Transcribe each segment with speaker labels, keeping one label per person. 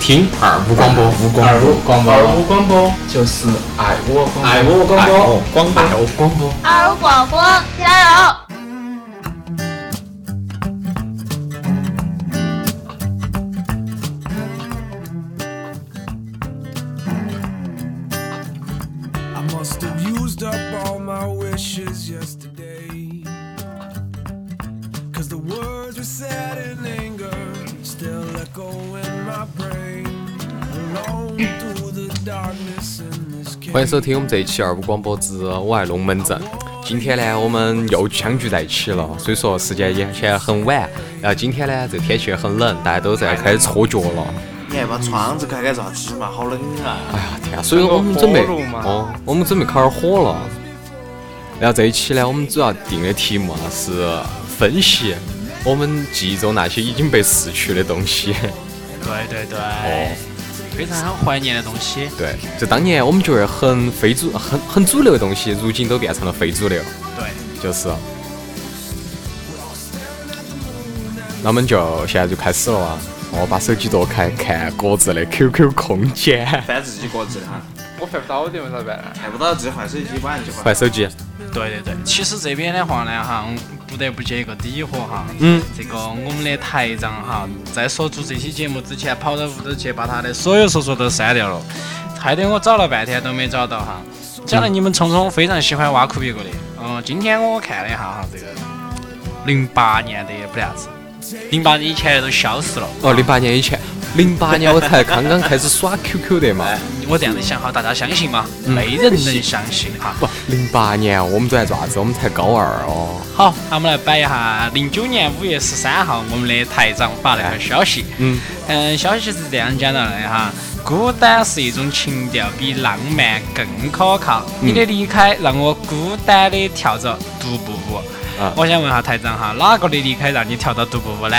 Speaker 1: 听二五广播，
Speaker 2: 五广
Speaker 3: 二
Speaker 2: 播，
Speaker 3: 五广播，
Speaker 2: 二五广播就是爱我广播，
Speaker 3: 爱我广
Speaker 2: 爱
Speaker 3: 播
Speaker 2: 我，广播，爱我广播。
Speaker 4: 二五广播加油！
Speaker 5: I must have used up all my wishes yesterday. Cause the words we said in anger still echo in my brain. Alone through the darkness in this
Speaker 1: 欢迎
Speaker 5: cave.
Speaker 1: 收听我们这一期二五广播之我爱龙门阵。今天呢，我们又相聚在一起了，虽说时间也显很晚，然后今天呢，这天气也很冷，大家都在开始搓脚了。
Speaker 6: 你还把窗子开开啥子嘛？好冷啊！
Speaker 1: 哎呀天啊！所以我们准备哦，我们准备烤点火了。然后这一期呢，我们主要定的题目啊是分析我们记忆中那些已经被逝去的东西。
Speaker 7: 对对对，
Speaker 1: 哦，
Speaker 7: 非常怀念的东西。
Speaker 1: 对，就当年我们觉得很非主、很很主流的东西，如今都变成了非主流，
Speaker 7: 对，
Speaker 1: 就是。那我们就现在就开始了啊！哦，把手机剁开，看各自的 QQ 空间，
Speaker 6: 翻自己个子的哈，
Speaker 2: 我翻不到我的为啥办？
Speaker 6: 看不到自己换手机，晚上就换
Speaker 1: 换。手机。
Speaker 7: 对对对，其实这边的话呢，哈，嗯不得不接一个底货哈。
Speaker 1: 嗯。
Speaker 7: 这个我们的台长哈，在说做这期节目之前，跑到屋头去把他的所有说说都删掉了，害得我找了半天都没找到哈。讲来你们聪聪非常喜欢挖苦别个的，嗯，今天我看了一下哈，这个零八年的也不得啥子，零八年以前的都消失了。
Speaker 1: 哦，零八年以前，零八年我才刚刚开始耍 QQ 的嘛。
Speaker 7: 我这样子想哈，大家相信吗？
Speaker 1: 嗯
Speaker 7: 没人能相信哈。
Speaker 1: 不，零八年我们都在做啥子？我们才高二哦。
Speaker 7: 好，那我们来摆一下零九年五月十三号我们的台长发了条消息。
Speaker 1: 嗯，
Speaker 7: 嗯，消息是这样讲到的哈，孤单是一种情调，比浪漫更可靠。
Speaker 1: 嗯
Speaker 7: 你的离开让我孤单的跳着独步舞。
Speaker 1: 啊
Speaker 7: 我想问下台长哈，哪个的离开让你跳到独步舞呢？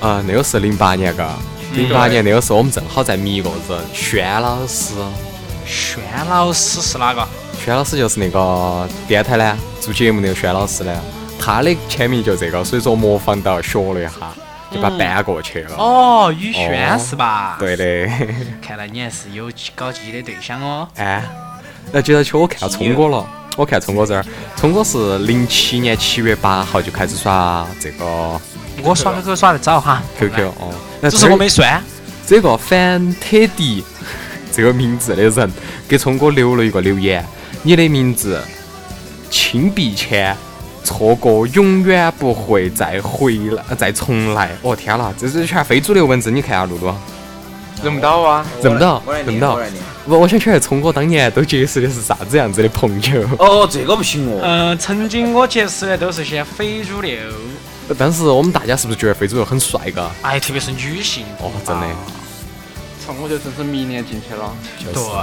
Speaker 1: 啊、那个是零八年嘎。零八年那个时候，我们正好在迷一个人，轩老师。
Speaker 7: 轩老师是哪个？
Speaker 1: 轩老师就是那个电台呢做节目那个轩老师呢，他的签名就这个，所以说模仿到学了一下，就把它搬过去了。
Speaker 7: 哦，宇轩
Speaker 1: 哦
Speaker 7: 是吧？，
Speaker 1: 对的。
Speaker 7: 看来你还是有搞基的对象哦。
Speaker 1: 哎，那接着去我看到聪哥了，我看聪哥这儿，聪哥是零七年七月八号就开始耍这个
Speaker 7: 我耍 QQ 耍得早哈
Speaker 1: QQ 哦，那
Speaker 7: 只是我没算。
Speaker 1: 这个反特迪这个名字的人给聪哥留了一个留言，你的名字亲笔签。错过永远不会再回来，呃再重来。哦天啦，这是全非主流文字，你看啊，露露
Speaker 2: 认不到啊！
Speaker 1: 认不到
Speaker 6: 我来，
Speaker 1: 认
Speaker 6: 念，
Speaker 1: 不到
Speaker 6: 我。来念。
Speaker 1: 我我想起来，聪哥当年都结识的是啥子样子的朋友。
Speaker 6: 哦，这个不行哦。
Speaker 7: 嗯、曾经我结识的都是些非主流，
Speaker 1: 当时我们大家是不是觉得非主流很帅嘎？
Speaker 7: 哎，特别是女性。
Speaker 1: 哦，真的，
Speaker 2: 从啊我就真是迷恋进去了。
Speaker 1: 就
Speaker 7: 对
Speaker 1: 是，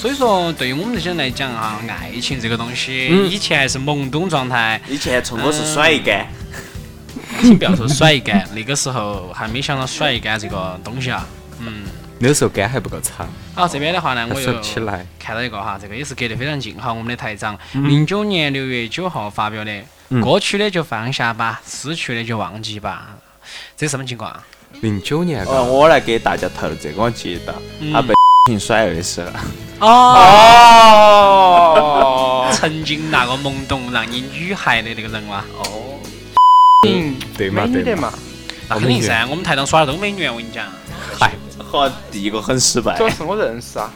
Speaker 7: 所以说对于我们这些人来讲哈、爱情这个东西，
Speaker 1: 嗯
Speaker 7: 以前还是懵懂状态，
Speaker 6: 以前冲哥是甩一杆，
Speaker 7: 请不要说甩一杆，那个时候还没想到甩一杆这个东西 啊。嗯，
Speaker 1: 那时候杆还不够长，
Speaker 7: 好，这边的话呢，
Speaker 1: 还
Speaker 7: 我
Speaker 1: 甩
Speaker 7: 又
Speaker 1: 不起来。嗯
Speaker 7: 看到一个哈，这个也是隔得非常近哈，我们的台长，零九、年六月九号发表的，过去的就放下吧，失去的就忘记吧，这什么情况啊？
Speaker 1: 零九年啊
Speaker 6: 哦，
Speaker 1: 嘎，
Speaker 6: 我来给大家透露这个，我记得到
Speaker 7: 嗯，
Speaker 6: 他被 甩二十了。
Speaker 7: 哦，
Speaker 2: 哦，
Speaker 7: 曾经那个懵懂让你女孩的那个人哇，
Speaker 2: 嗯，
Speaker 1: 对嘛
Speaker 2: 美女
Speaker 1: 对
Speaker 2: 的
Speaker 1: 嘛。
Speaker 2: 嘛，
Speaker 7: 那肯定噻，我们台上耍的都美女，我跟你讲。
Speaker 1: 哎
Speaker 6: 好，第一个很失败
Speaker 2: 主。要是我认识啊。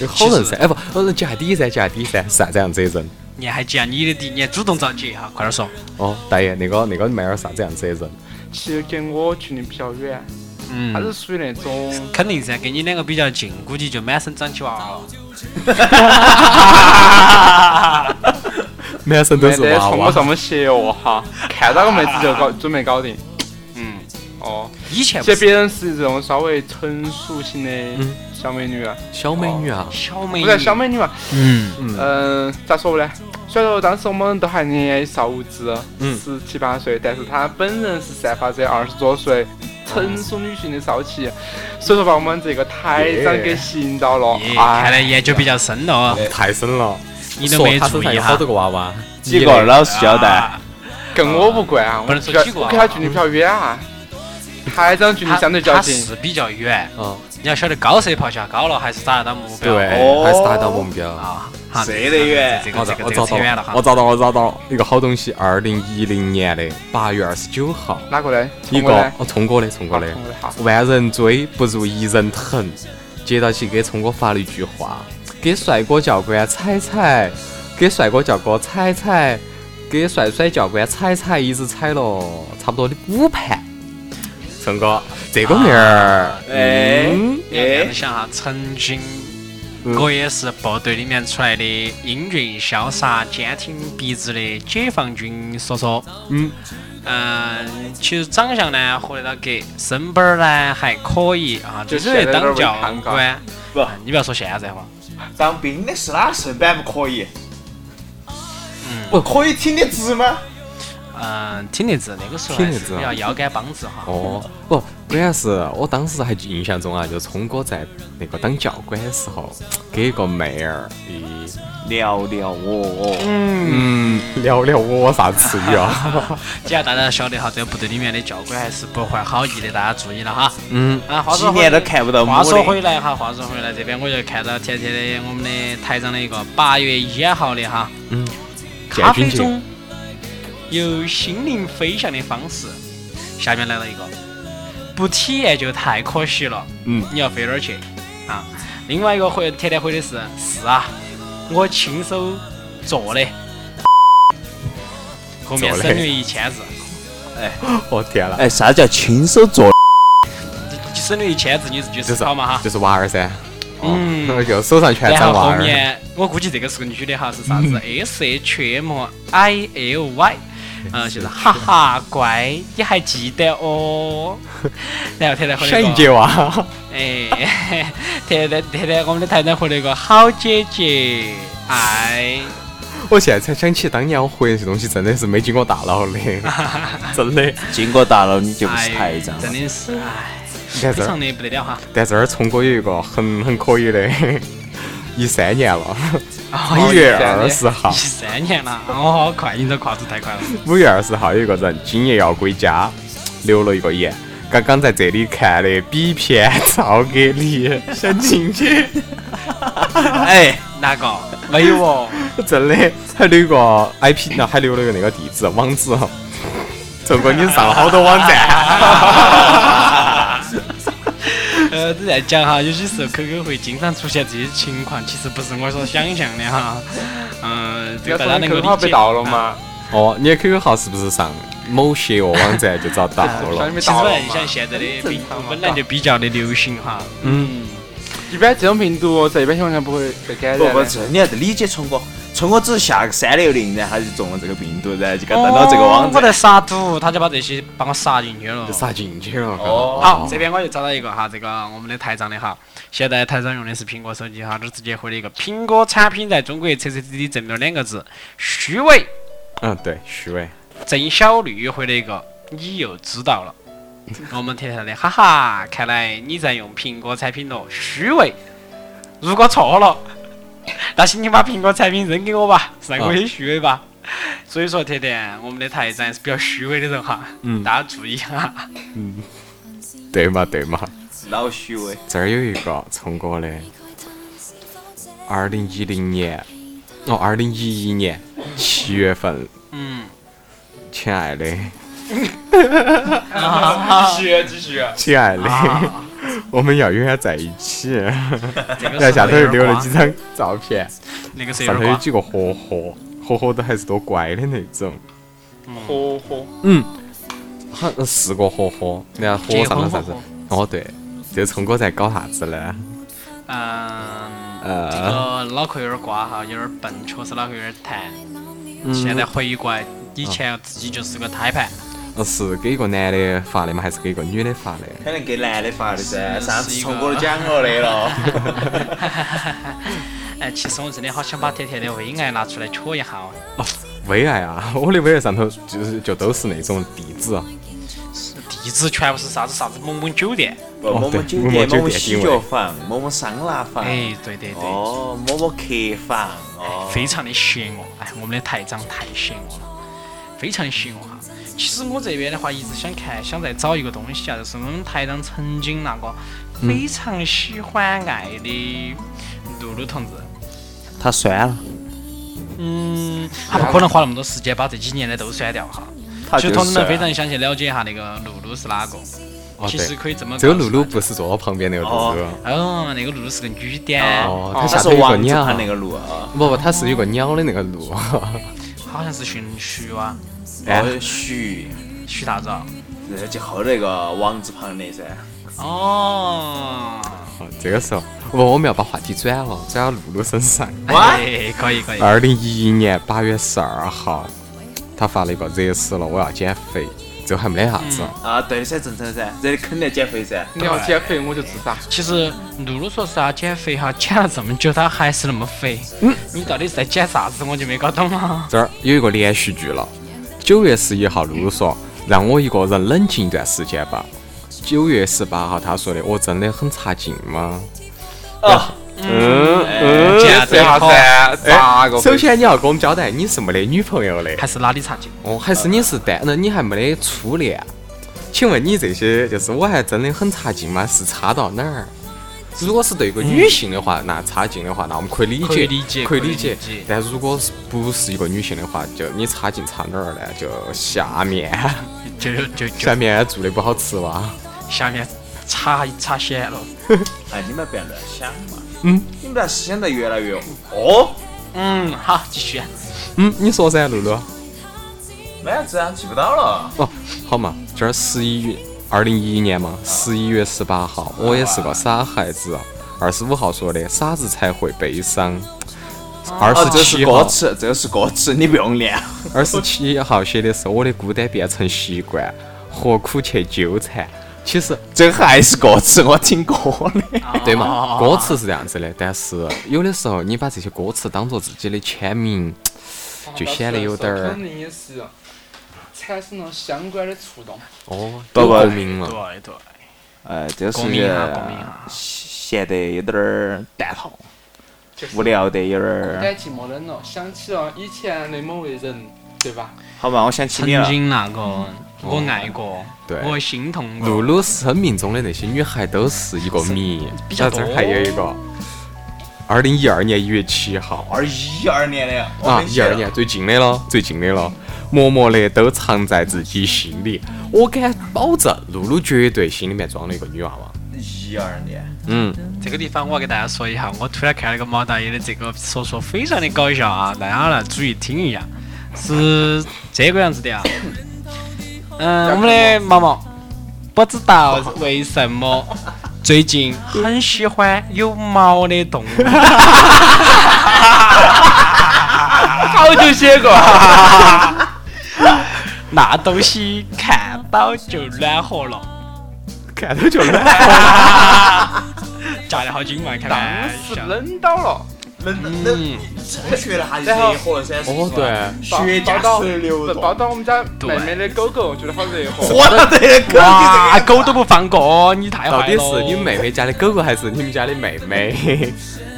Speaker 1: 有好人噻，哎不，哦假底噻，假底噻，是啥子样子的人？
Speaker 7: 你还记啊？你的第一年主动找起哈，快点说。
Speaker 1: 哦，大爷，那个那个妹儿啥子样子的人？
Speaker 2: 其实跟我距离比较远，他是
Speaker 7: 嗯，
Speaker 2: 属于那种
Speaker 7: 肯定噻，跟你两个比较近，估计就满身长起娃娃了。
Speaker 1: 满身都
Speaker 2: 没
Speaker 1: 啊是
Speaker 2: 得
Speaker 1: 娃
Speaker 2: 冲我
Speaker 1: 娃。
Speaker 2: 上么邪恶哈，看到个妹子就 搞准备搞定。
Speaker 7: 嗯，
Speaker 2: 哦，
Speaker 7: 以前
Speaker 2: 其实
Speaker 7: 不是
Speaker 2: 别人是这种稍微成熟型的
Speaker 1: 嗯
Speaker 2: 小美女啊，
Speaker 1: 小美女啊，
Speaker 7: 小美
Speaker 2: 不
Speaker 7: 女
Speaker 2: 是小美女嘛，
Speaker 7: 嗯，
Speaker 1: 嗯，
Speaker 2: 嗯，咋说呢？虽然说当时我们都还年年少无知，
Speaker 1: 嗯
Speaker 2: 十七八岁，但是她本人是散发着二十多岁
Speaker 1: 嗯
Speaker 2: 成熟女性的骚气，所以说把我们这个台长给吸引到了。
Speaker 7: 耶
Speaker 2: 哎，
Speaker 7: 看来研究比较深了哦，
Speaker 1: 哎太深了。
Speaker 7: 你都没
Speaker 1: 说她身
Speaker 7: 注
Speaker 1: 上
Speaker 7: 意啊
Speaker 1: 有
Speaker 7: 哈
Speaker 1: 好多。个娃娃，
Speaker 6: 几个老实交代，
Speaker 7: 啊
Speaker 2: 跟我无关啊，
Speaker 7: 不
Speaker 2: 我
Speaker 7: 能说
Speaker 2: 跟
Speaker 7: 几个啊
Speaker 2: 我跟她距离比较远啊。台长距离
Speaker 7: 它
Speaker 2: 相对较
Speaker 7: 它
Speaker 2: 近，
Speaker 7: 是比较远，
Speaker 1: 啊，
Speaker 7: 你要晓得高射炮下高了还是达得到目标。
Speaker 1: 对，
Speaker 6: 哦
Speaker 1: 还是达到目标。
Speaker 7: 啊，好，
Speaker 6: 谁的远
Speaker 7: 这
Speaker 1: 我
Speaker 7: 个
Speaker 1: 找
Speaker 7: 这个
Speaker 1: 我
Speaker 7: 这个
Speaker 1: 找
Speaker 7: 扯
Speaker 1: 到
Speaker 7: 远了
Speaker 1: 了，
Speaker 7: 哈。
Speaker 1: 我找到了，我找到了一个好东西。二零一零年的八月二十九号，
Speaker 2: 哪个嘞？
Speaker 1: 一
Speaker 2: 冲过
Speaker 1: 个
Speaker 2: 来
Speaker 1: 哦，聪哥的，聪哥的
Speaker 2: 啊冲过来好，
Speaker 1: 万人追不如一人疼。接到起给聪哥发了一句话，给帅哥教官踩踩，给帅哥教官踩踩，给帅帅教官踩踩，一直踩了差不多的五盘。聪哥，这个妹儿，
Speaker 6: 哎
Speaker 1: 嗯，
Speaker 7: 你要这样想哈，曾经我也是部队里面出来的英俊潇洒、坚挺笔直的解放军叔叔。
Speaker 1: 嗯
Speaker 7: 嗯，其实长相呢合得到格，身板儿呢还可以啊，
Speaker 2: 就
Speaker 7: 就是为
Speaker 2: 现在有点
Speaker 7: 当教
Speaker 2: 儿微尴
Speaker 7: 官。啊
Speaker 6: 不，
Speaker 7: 你不要说现在话，
Speaker 6: 当兵的是哪个身板不可以？
Speaker 7: 嗯
Speaker 6: 不可以挺得直吗？
Speaker 7: 嗯，挺得直，那个时候
Speaker 1: 挺
Speaker 7: 还
Speaker 1: 得
Speaker 7: 是
Speaker 1: 直
Speaker 7: 比较腰杆膀子哈。
Speaker 1: 哦，不，关键是我当时还印象中啊，就聪哥在那个当教官的时候，给一个妹儿，咦，
Speaker 6: 聊聊我我，
Speaker 1: 嗯，聊聊我我啥词语 啊？
Speaker 7: 既然大家晓得哈，这个部队里面的教官还是不怀好意的，大家注意了哈。
Speaker 1: 嗯，
Speaker 7: 啊，话
Speaker 6: 几
Speaker 7: 说
Speaker 6: 年
Speaker 7: 回
Speaker 6: 都看不到
Speaker 7: 话
Speaker 6: 母
Speaker 7: 说
Speaker 6: 的。
Speaker 7: 回来哈，话说回来，这边我又看到甜甜的我们的台长的一个八月一号的哈，
Speaker 1: 嗯，
Speaker 7: 咖啡
Speaker 1: 建军
Speaker 7: 中有心灵飞翔的方式。下面来了一个，不体验就太可惜了。
Speaker 1: 嗯，
Speaker 7: 你要飞哪儿去啊？另外一个回甜甜回的是是啊，我亲手 做的，后面
Speaker 1: 做的
Speaker 7: 省略一千字，
Speaker 1: 我哦天了，
Speaker 6: 哎，啥叫亲手做？
Speaker 7: 你省略一千字，你自己
Speaker 1: 就
Speaker 7: 思
Speaker 1: 是
Speaker 7: 考嘛哈。
Speaker 1: 就是娃儿噻，
Speaker 7: 嗯
Speaker 1: 哦， 就手上全
Speaker 7: 然
Speaker 1: 长
Speaker 7: 后
Speaker 1: 娃
Speaker 7: 后
Speaker 1: 儿，
Speaker 7: 面我估计这个是个女的哈，是啥子 S H M I L Y，嗯，就是哈哈乖，你还记得哦。然后天天回来
Speaker 1: 想一
Speaker 7: 一个，
Speaker 1: 截娃，
Speaker 7: 哎，天天天天我们的台长回来一个好姐姐，哎，
Speaker 1: 我现在才想起当年我回这东西真的是没经过大 脑的，真的。
Speaker 6: 经过大佬你就不
Speaker 7: 哎
Speaker 6: 是台长了
Speaker 7: 真。的是哎，
Speaker 1: 但
Speaker 7: 非
Speaker 1: 这
Speaker 7: 常
Speaker 1: 儿，
Speaker 7: 的不得了哈。
Speaker 1: 但这儿聪哥有一个很很可以的， 一三年了，
Speaker 7: 哦
Speaker 1: 五月
Speaker 2: 13
Speaker 1: 二
Speaker 2: 年
Speaker 1: 十号
Speaker 7: 一。三年了，我好快，你这跨度太快了。
Speaker 1: 五月二十号有一个人今夜要归家，留了一个言。刚刚在这里看的 B 片 超给力，想进去，
Speaker 7: 哎，哪个？没有哦。
Speaker 1: 真的还留一个 IP，那还留了一个那个地址网址。聪哥，你上了好多网 站。
Speaker 7: 呃，都在讲哈，有些时候 QQ 会经常出现这些情况，其实不是我所想象的哈。嗯，这
Speaker 2: 这
Speaker 7: 个大家
Speaker 2: 个
Speaker 7: 能
Speaker 2: 能
Speaker 7: 够
Speaker 2: 够
Speaker 7: 理
Speaker 2: 被
Speaker 7: 解。
Speaker 2: 盗了吗？
Speaker 1: 哦，你的 QQ 号是不是上某些个网站就找到
Speaker 2: 不小
Speaker 1: 了
Speaker 2: 心？被
Speaker 7: 其实
Speaker 2: 盗了
Speaker 7: 你
Speaker 2: 嘛
Speaker 7: 像现在的
Speaker 2: 很
Speaker 7: 病
Speaker 2: 正
Speaker 7: 毒
Speaker 2: 常嘛
Speaker 7: 本来就比较的流行哈，
Speaker 1: 嗯，
Speaker 2: 一般这种病毒在一般情况下不会被感染
Speaker 6: 不不
Speaker 2: 的。
Speaker 6: 是，你还得理解聪哥，聪哥只是下个三六零，然后他就中了这个病毒，然后就给他登到这个网
Speaker 7: 我
Speaker 6: 站。
Speaker 7: 在杀毒，他就把这些帮我杀进去了
Speaker 1: 就。杀进去了。
Speaker 6: 哦
Speaker 7: 好，这边我又找到一个哈，这个我们的台长的哈，现在台长用的是苹果手机哈，这直接回了一个苹果产品在中国 CCTV 证明了两个字，虚伪。
Speaker 1: 嗯，对，虚伪。
Speaker 7: 郑小绿回了一个，你又知道了。
Speaker 1: 嗯
Speaker 7: 我们甜甜的，哈哈，看来你在用苹果产品了，虚伪。如果错了，那请你把苹果产品扔给我吧，让我也虚伪吧。所以说，甜甜，我们的台长是比较虚伪的人哈，
Speaker 1: 嗯
Speaker 7: 大家注意啊哈。
Speaker 1: 对嘛对嘛。
Speaker 6: 老虚伪，
Speaker 1: 这儿有一个聪哥的，二零一零年，哦，二零一一年七月份，
Speaker 7: 嗯，
Speaker 1: 亲爱的，
Speaker 2: 继续继续，
Speaker 1: 亲爱的，
Speaker 7: 啊
Speaker 1: 我们要永远在一起。
Speaker 7: 这
Speaker 1: 然
Speaker 7: 个
Speaker 1: 后
Speaker 7: 是
Speaker 1: 哎下头又留了
Speaker 7: 瓜
Speaker 1: 几，张照片，
Speaker 7: 那个是有
Speaker 1: 上头
Speaker 7: 点
Speaker 1: 有
Speaker 7: 瓜。
Speaker 1: 几个合伙，合伙都还是多乖的那种。
Speaker 2: 嚯嚯，
Speaker 1: 嗯，好像四个合伙，然后合
Speaker 7: 结
Speaker 1: 上
Speaker 7: 婚
Speaker 1: 了
Speaker 7: 合
Speaker 1: 啥
Speaker 7: 伙
Speaker 1: 子？哦，对，这聪哥在搞啥子呢？
Speaker 7: 嗯，这
Speaker 1: 呃，
Speaker 7: 个脑壳有点瓜哈，有点笨，确实脑壳有点弹。
Speaker 1: 嗯
Speaker 7: 现在回忆过来，以前自己就是个胎盘。
Speaker 1: 呃是给一个男的发的吗？还是给一个女的发的？
Speaker 6: 肯定给男的发的噻，
Speaker 7: 是
Speaker 6: 上次
Speaker 7: 是一个
Speaker 6: 聪哥都讲过的了。
Speaker 7: 哎，其实我真的好想把甜甜的微爱拿出来戳一下哦。
Speaker 1: 微爱啊， 我的微爱上头就是就都是那种地址，
Speaker 7: 地址全部是啥子啥子某某酒店。
Speaker 6: 不某某酒
Speaker 1: 某某酒
Speaker 6: 店、哦某某
Speaker 1: 店
Speaker 6: 洗
Speaker 1: 定位
Speaker 6: 脚房、某某桑拿房，
Speaker 7: 哎，对对对，
Speaker 6: 哦，某某客房，哦，
Speaker 7: 非常的邪恶。哎，我们的台长太邪恶了，非常喜欢哈。其实我这边的话，一直想看，想再找一个东西啊，就是我们台长曾经那个非常喜欢爱的露露同志。
Speaker 6: 他酸了，
Speaker 7: 嗯，他不可能花那么多时间把这几年的都删掉哈。
Speaker 6: 他
Speaker 7: 其
Speaker 6: 就
Speaker 7: 实同志
Speaker 6: 酸
Speaker 7: 们
Speaker 6: 了
Speaker 7: 非常想去了解一下那个露露是哪个。
Speaker 1: 哦，
Speaker 7: 其实
Speaker 1: 对，
Speaker 7: 可以这么
Speaker 1: 这个
Speaker 7: 告
Speaker 1: 露
Speaker 7: 诉
Speaker 1: 露
Speaker 7: 大家
Speaker 1: 不是坐我旁边那个露露，
Speaker 7: 哦，那个露露是个女的，
Speaker 1: 哦，她
Speaker 6: 他
Speaker 1: 下
Speaker 6: 是
Speaker 1: 头有个
Speaker 6: 王字
Speaker 1: 鸟
Speaker 6: 旁，那个鹿啊，
Speaker 1: 不不，她是有个鸟的那个露， 哦
Speaker 7: 好像是姓徐哇，
Speaker 1: 哎
Speaker 6: 哦，徐，
Speaker 7: 徐啥子啊？
Speaker 6: 然后就后那个王字旁的噻。
Speaker 7: 哦，
Speaker 1: 这个时候，不，我们要把话题转了，转到露露身上。
Speaker 6: 哇
Speaker 7: 哎，可以可以，
Speaker 1: 二零一一年八月十二号，她发了一个热死了，我要减肥，这还没得啥子。
Speaker 6: 啊，对噻，正常的噻，这肯定要减肥噻。
Speaker 2: 你要减肥我就自杀。
Speaker 7: 其实露露说是她减肥哈，减了这么久，她还是那么肥。嗯，你到底是在减啥子？我就没搞懂了。
Speaker 1: 这儿有一个连续剧了。九月十一号，露露说：“让我一个人冷静一段时间吧。”九月十八号，她说的：“我真的很差劲吗
Speaker 6: 哦，？”
Speaker 1: 嗯
Speaker 7: 减
Speaker 2: 这下噻，咋个
Speaker 1: 嗯。？首先你要给我们交代，你是没得女朋友的，
Speaker 7: 还是哪里差劲？
Speaker 1: 哦，还是你是单人，你还没得初恋。请问你这些就是我还真的很差劲吗？是差到哪儿？如果是对一个女性的话，那差劲的话，那我们可以理解，
Speaker 7: 嗯可以理解
Speaker 1: 可以
Speaker 7: 可以
Speaker 1: 理解
Speaker 7: 理解。
Speaker 1: 但如果是不是一个女性的话，就你差劲差哪儿呢？就下面，
Speaker 7: 就就 就
Speaker 1: 下面做的不好吃哇。
Speaker 7: 下面差一差咸了。
Speaker 6: 哎，你们不要乱想嘛。
Speaker 1: 嗯。
Speaker 6: 你们不要思想得越来越哦，
Speaker 7: 嗯，好，继续。
Speaker 1: 嗯，你说噻，露露。
Speaker 6: 没啥子啊，记不到了。
Speaker 1: 哦，好嘛，这儿十一月，二零一一年嘛，十一月十八号，我也是个傻孩子。啊二十五号说的，傻子才会悲伤。二
Speaker 6: 哦，这
Speaker 1: 十
Speaker 6: 是
Speaker 1: 七
Speaker 6: 歌
Speaker 1: 号，
Speaker 6: 词，这个是歌词，你不用念。
Speaker 1: 二十七号写的是我的孤单变成习惯，何苦去纠缠？其实，
Speaker 6: 这个还是歌词，我听过的。
Speaker 1: 对嘛，歌词是这样子的，但是有的时候你把这些歌词当做自己的签名，
Speaker 6: 哦
Speaker 1: 就显得有点儿啊
Speaker 2: 肯定也是啊产生了相关的触动。
Speaker 1: 哦，
Speaker 6: 不
Speaker 1: 有
Speaker 6: 不
Speaker 1: 共鸣了。
Speaker 7: 对对，
Speaker 6: 呃，这个
Speaker 7: 共鸣哈，共鸣
Speaker 6: 啊
Speaker 7: 哈。
Speaker 6: 显得有点儿蛋疼，
Speaker 2: 就是
Speaker 6: 无聊的有点
Speaker 2: 孤
Speaker 6: 儿。
Speaker 2: 单寂寞冷了，想起了以前的某位人，对吧？
Speaker 6: 好吧，我想起
Speaker 7: 曾
Speaker 6: 你了。
Speaker 7: 经嗯哦那个我爱过，
Speaker 1: 对
Speaker 7: 我心痛过。
Speaker 1: 露露生命中的那些女孩都是一个谜。
Speaker 7: 比较
Speaker 1: 这儿
Speaker 7: 多
Speaker 1: 还有一个，二零一二年一月七号
Speaker 6: 二一二年的
Speaker 1: 啊，一二年最近的了，最近的了，默默的都藏在自己心里。我敢保证，露露绝对心里面装了一个女娃娃。
Speaker 6: 一二年，
Speaker 1: 嗯，
Speaker 7: 这个地方我要给大家说一下，我突然看了个毛大爷的这个说说，非常的搞笑啊！大家来注意听一下，是这个样 子的啊。嗯，我们的毛毛不知道为什么最近很喜欢有毛的 动物。好久写过。 那东西看到就暖和了。
Speaker 1: 看到就冷。
Speaker 7: 夹得好紧嘛，开
Speaker 2: 当
Speaker 7: 玩
Speaker 2: 时
Speaker 7: 笑。
Speaker 2: 冷到了，
Speaker 6: 冷
Speaker 7: 嗯
Speaker 6: 冷，初学了还是
Speaker 2: 然后
Speaker 6: 热火了噻。
Speaker 1: 哦，对，
Speaker 6: 血
Speaker 2: 抱
Speaker 6: 加
Speaker 2: 到
Speaker 6: 水流
Speaker 2: 不抱
Speaker 6: 动。
Speaker 2: 到我们家
Speaker 7: 对
Speaker 2: 妹妹的狗狗，觉得好热乎。
Speaker 6: 我的这个
Speaker 7: 哇，狗都不放过，你太坏
Speaker 1: 到
Speaker 7: 了。
Speaker 1: 底是你妹妹家的狗狗还是你们家的妹妹？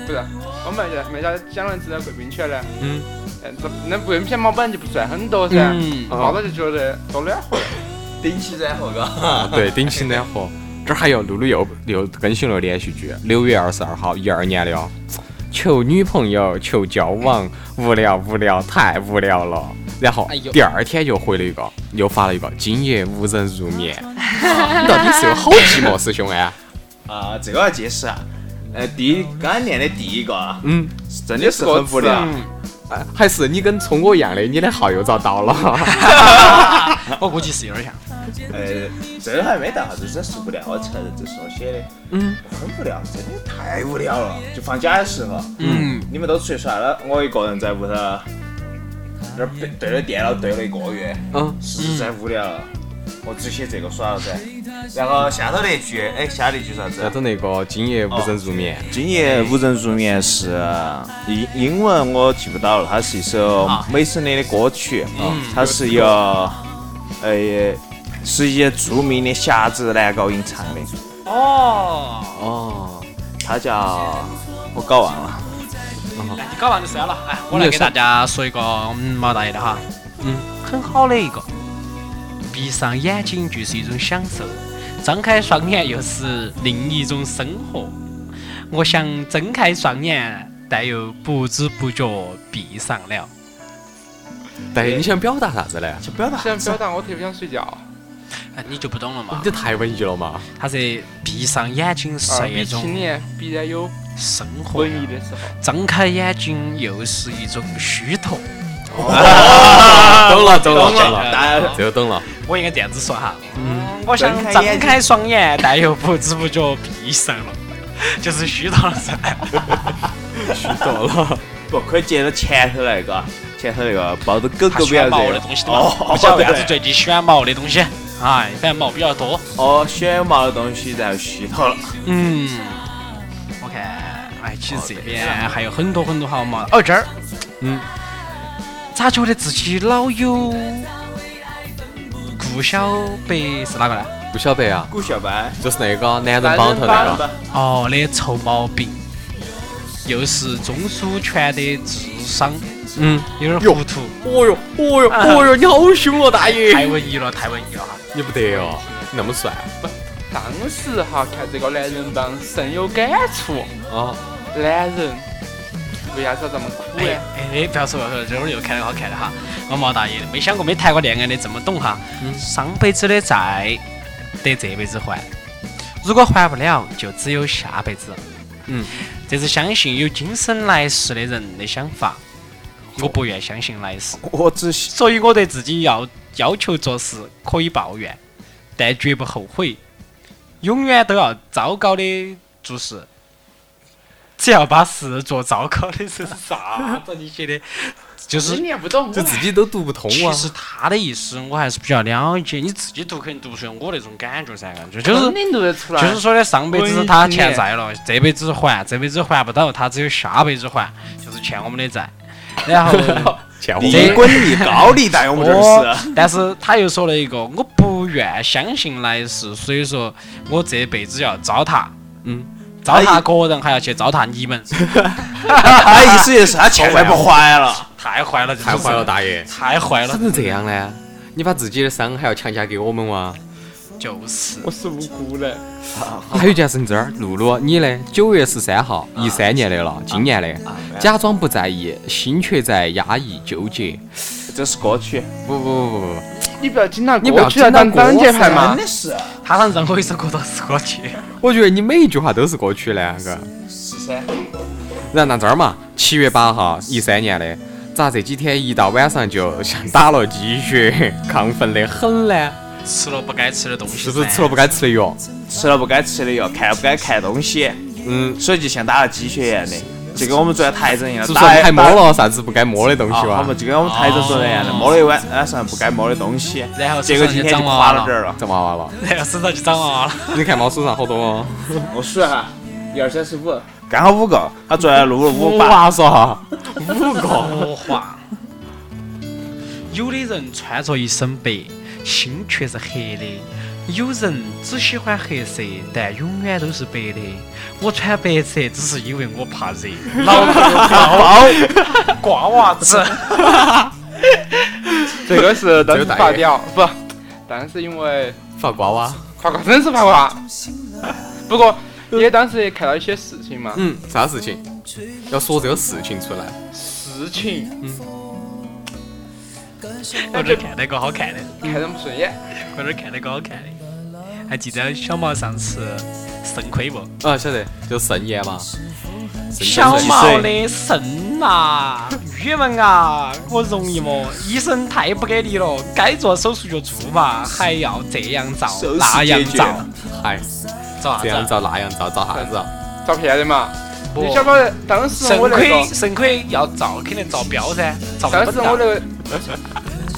Speaker 2: 不是，我们家妹家养了一只贵宾犬呢。
Speaker 1: 嗯
Speaker 2: 嗯，这那贵宾犬毛本来就不算很多噻，
Speaker 7: 嗯，
Speaker 2: 抱到就觉得多暖和。
Speaker 6: 顶起然后个。
Speaker 1: 啊对，顶起暖和。这儿还有露露又又更新了连续剧，六月二十二号，一二年的哦。求女朋友，求交往，无聊无聊，太无聊了。然后
Speaker 7: 哎呦
Speaker 1: 第二天又回了一个，又发了一个今夜无人入 眠。你到底是有好寂寞，师兄哎？
Speaker 6: 啊，这个要解释啊。呃，第一刚念的第一个啊，
Speaker 1: 嗯，
Speaker 6: 是真的是啊很无聊。
Speaker 1: 哎还是你跟聪哥一样的，你的号又遭到了。
Speaker 7: 我估计是有点像。
Speaker 6: 呃，这个还没到啥子，真是无聊。我承认这是我写的。嗯。很无聊，真的太无聊了。就放假的时候，
Speaker 7: 嗯，
Speaker 6: 你们都出去耍了，我一个人在屋头，那儿对对着电脑对了一个月。
Speaker 1: 嗯，
Speaker 6: 实在无聊了，我只写这个耍了噻。然后下头那句，哎，下头那句啥子
Speaker 1: 然后那个今夜无人入眠，
Speaker 7: 哦
Speaker 6: 今夜无人入眠是英英文我记不到了，它是一首美声的歌曲，
Speaker 7: 嗯
Speaker 6: 它是由呃是一著名的匣子男高音唱的，
Speaker 7: 哦，
Speaker 1: 哦，
Speaker 6: 它叫我搞忘了，
Speaker 7: 嗯哎你搞完就算了。哎，我来给大家说一个我们毛大爷的哈。
Speaker 1: 嗯，
Speaker 7: 很好的一个。闭上眼睛就是一种享受，张开双眼又是另一种生活。我想睁开双眼，但又不知不觉闭上了。
Speaker 1: 但是你想表达啥子呢？
Speaker 6: 就表达
Speaker 2: 想表达我特别想睡觉，
Speaker 7: 啊，你就不懂了嘛
Speaker 1: 你？这太文艺了嘛！
Speaker 7: 他是闭上眼睛
Speaker 2: 二
Speaker 7: 是
Speaker 2: 逼
Speaker 7: 一种
Speaker 2: 啊青年必然有
Speaker 7: 生活
Speaker 2: 文
Speaker 7: 呀，
Speaker 2: 艺的时候。
Speaker 7: 张开眼睛又是一种虚脱。
Speaker 6: 啊
Speaker 1: 懂了，懂了，
Speaker 7: 懂了
Speaker 1: 懂了，
Speaker 7: 哎
Speaker 1: 这个懂了。
Speaker 7: 我应该这样子说哈，嗯，我想张开双眼，但又不知不觉闭上了， 就是虚脱了哎噻。
Speaker 1: 懂了，
Speaker 6: 不可以接到前头那个，前头那个抱着狗
Speaker 7: 他
Speaker 6: 狗不
Speaker 7: 喜
Speaker 6: 要
Speaker 7: 欢
Speaker 6: 热
Speaker 7: 毛的东西的嘛
Speaker 6: 哦，，
Speaker 7: 不晓得为啥子
Speaker 6: 对
Speaker 7: 最近喜欢毛的东西，哎，反正毛比较多。
Speaker 6: 哦，选毛的东西然后吸到了，
Speaker 7: 嗯，我看，哎，其实这边还有很多很多好毛。哦，这儿，
Speaker 1: 嗯，
Speaker 7: 咋觉得自己老有顾小白是哪个呢？
Speaker 1: 不晓得啊，
Speaker 6: 顾小白，
Speaker 1: 就是那个男人帮头那个，
Speaker 7: 哦的臭毛病，又是钟书全的智商
Speaker 1: 嗯，
Speaker 7: 有点糊涂，
Speaker 1: 哦哟，哦哟，哦哟，你好凶哦，大
Speaker 7: 太
Speaker 1: 爷！
Speaker 7: 文艺了，太文艺了哈。
Speaker 1: 你不得哦，那么帅
Speaker 2: 当时哈看这个男人帮深有感触，
Speaker 1: 啊！
Speaker 2: 男人为啥子要这么苦
Speaker 7: 哎
Speaker 2: 呢？
Speaker 7: 哎，不要说不要说，这会儿又看了好看了哈。我毛大爷的没想过没谈过恋爱的这么懂哈。上辈子的债得这辈子还，如果还不了，就只有下辈子。
Speaker 1: 嗯，
Speaker 7: 这是相信有今生来世的人的想法。我不愿相信来世，
Speaker 6: 我只喜
Speaker 7: 所以我对自己要要求做事可以抱怨，但绝不后悔，永远都要糟糕的做事。只要把事做糟糕的是啥子？你写的，就是
Speaker 2: 你念不懂，
Speaker 1: 这自己都读不通
Speaker 7: 其
Speaker 1: 啊！
Speaker 7: 实他的意思我还是比较了解，你自己读肯定读不出来我那种感觉噻，感觉就是
Speaker 2: 肯定啊读得出来。
Speaker 7: 就是说的上辈
Speaker 2: 文
Speaker 7: 子
Speaker 2: 艺
Speaker 7: 他
Speaker 2: 青年
Speaker 7: 欠债了，这辈子还，这辈子还不到，他只有下辈子还，就是欠我们的债。然后
Speaker 1: 欠
Speaker 6: 你
Speaker 1: 我
Speaker 7: 这
Speaker 6: 滚你高利贷，我们这儿
Speaker 7: 我
Speaker 6: 是，，啊
Speaker 7: 但是他又说了一个，我不愿相信来世，所以说我这辈子要糟蹋，
Speaker 1: 嗯，
Speaker 7: 糟蹋个人还要去糟蹋你们，
Speaker 6: 他意思哎就是他欠债不还了，
Speaker 7: 太坏了，
Speaker 1: 太坏了，，大爷！
Speaker 7: 太坏
Speaker 1: 咋
Speaker 7: 了，
Speaker 1: 能这样呢？你把自己的伤还要强加给我们哇？
Speaker 7: 就是
Speaker 2: 我是无辜的，
Speaker 1: 还有一件事情，这儿露露，你呢？九月十三号，一三年的了，今年的，假装不在意，心却在压抑纠结。
Speaker 6: 这是歌曲，
Speaker 1: 不不不不不，
Speaker 2: 你不要经常
Speaker 1: 你不要
Speaker 2: 过去要啊当
Speaker 1: 经常
Speaker 2: 挡
Speaker 1: 过
Speaker 2: 箭牌
Speaker 1: 噻
Speaker 2: 嘛。
Speaker 6: 是
Speaker 7: 他想让我一首歌都是过去。
Speaker 1: 我觉得你每一句话都是过去的，哥。
Speaker 6: 是噻，
Speaker 1: 然后那这儿嘛，七月八号，一三年的，咋这几天一到晚上就像打了鸡血，亢奋的很呢？
Speaker 7: 吃了不该吃的东西，
Speaker 1: 是不是吃了不？该吃的药？
Speaker 6: 吃了不该吃的药，看不该看东西，
Speaker 1: 嗯，
Speaker 6: 所以就像打了鸡血一样的，就跟我们昨天台长一样，
Speaker 1: 是不是
Speaker 6: 打一
Speaker 1: 还摸了啥子不该摸的东西
Speaker 6: 啊，我
Speaker 1: 哇
Speaker 6: 们？就跟我们台长说的一样的，
Speaker 7: 哦
Speaker 6: 摸了一晚晚上不该摸的东西，
Speaker 7: 然后
Speaker 6: 结果
Speaker 7: 身上
Speaker 6: 今
Speaker 7: 就
Speaker 6: 天就
Speaker 7: 长
Speaker 6: 垮
Speaker 7: 娃
Speaker 6: 了
Speaker 7: 娃
Speaker 6: 点
Speaker 7: 了，
Speaker 6: 儿了。
Speaker 1: 长娃娃了？
Speaker 7: 然后身上就长娃娃了。
Speaker 1: 你看猫手上好多哦。
Speaker 6: 我数一下，一二三四五，刚好五个。他昨天录了五把，
Speaker 1: 娃说哈，五个。
Speaker 7: 说话。有的人穿着一身白，心却是黑的；有人只喜欢黑色，但永远都是白的。我穿白色，只是因为我怕 热。老子包挂袜子，
Speaker 2: 这个是当时
Speaker 1: 这个大爷
Speaker 2: 发表不？当时因为
Speaker 1: 发瓜娃，
Speaker 2: 夸夸真是夸夸，不过也当时也看到一些事情嘛，
Speaker 1: 嗯，啥事情？要说这个事情出来。
Speaker 2: 事情
Speaker 7: 我这儿看那个好看的，
Speaker 2: 看人不顺眼，
Speaker 7: 我这儿看那个好看的。还记得小毛上次肾亏不？
Speaker 1: 啊，晓得，就盛宴嘛。
Speaker 7: 小
Speaker 1: 盛宴
Speaker 7: 毛的肾啊，郁闷啊，我容易么？医生太不给力了，该做手术就做嘛，还要这样照
Speaker 6: 手术
Speaker 7: 那样
Speaker 6: 解决
Speaker 7: 照，
Speaker 1: 嗨，
Speaker 7: 照
Speaker 1: 这样
Speaker 7: 啥子？
Speaker 1: 照那样照照啥子啊？
Speaker 2: 照片的嘛。
Speaker 7: 不
Speaker 2: 你晓不晓得当时
Speaker 7: 肾
Speaker 2: 我那
Speaker 7: 亏
Speaker 2: 个，
Speaker 7: 肾亏要照，肯定照标噻，照
Speaker 2: 当
Speaker 7: 不
Speaker 2: 时我那
Speaker 7: 到。
Speaker 2: 个，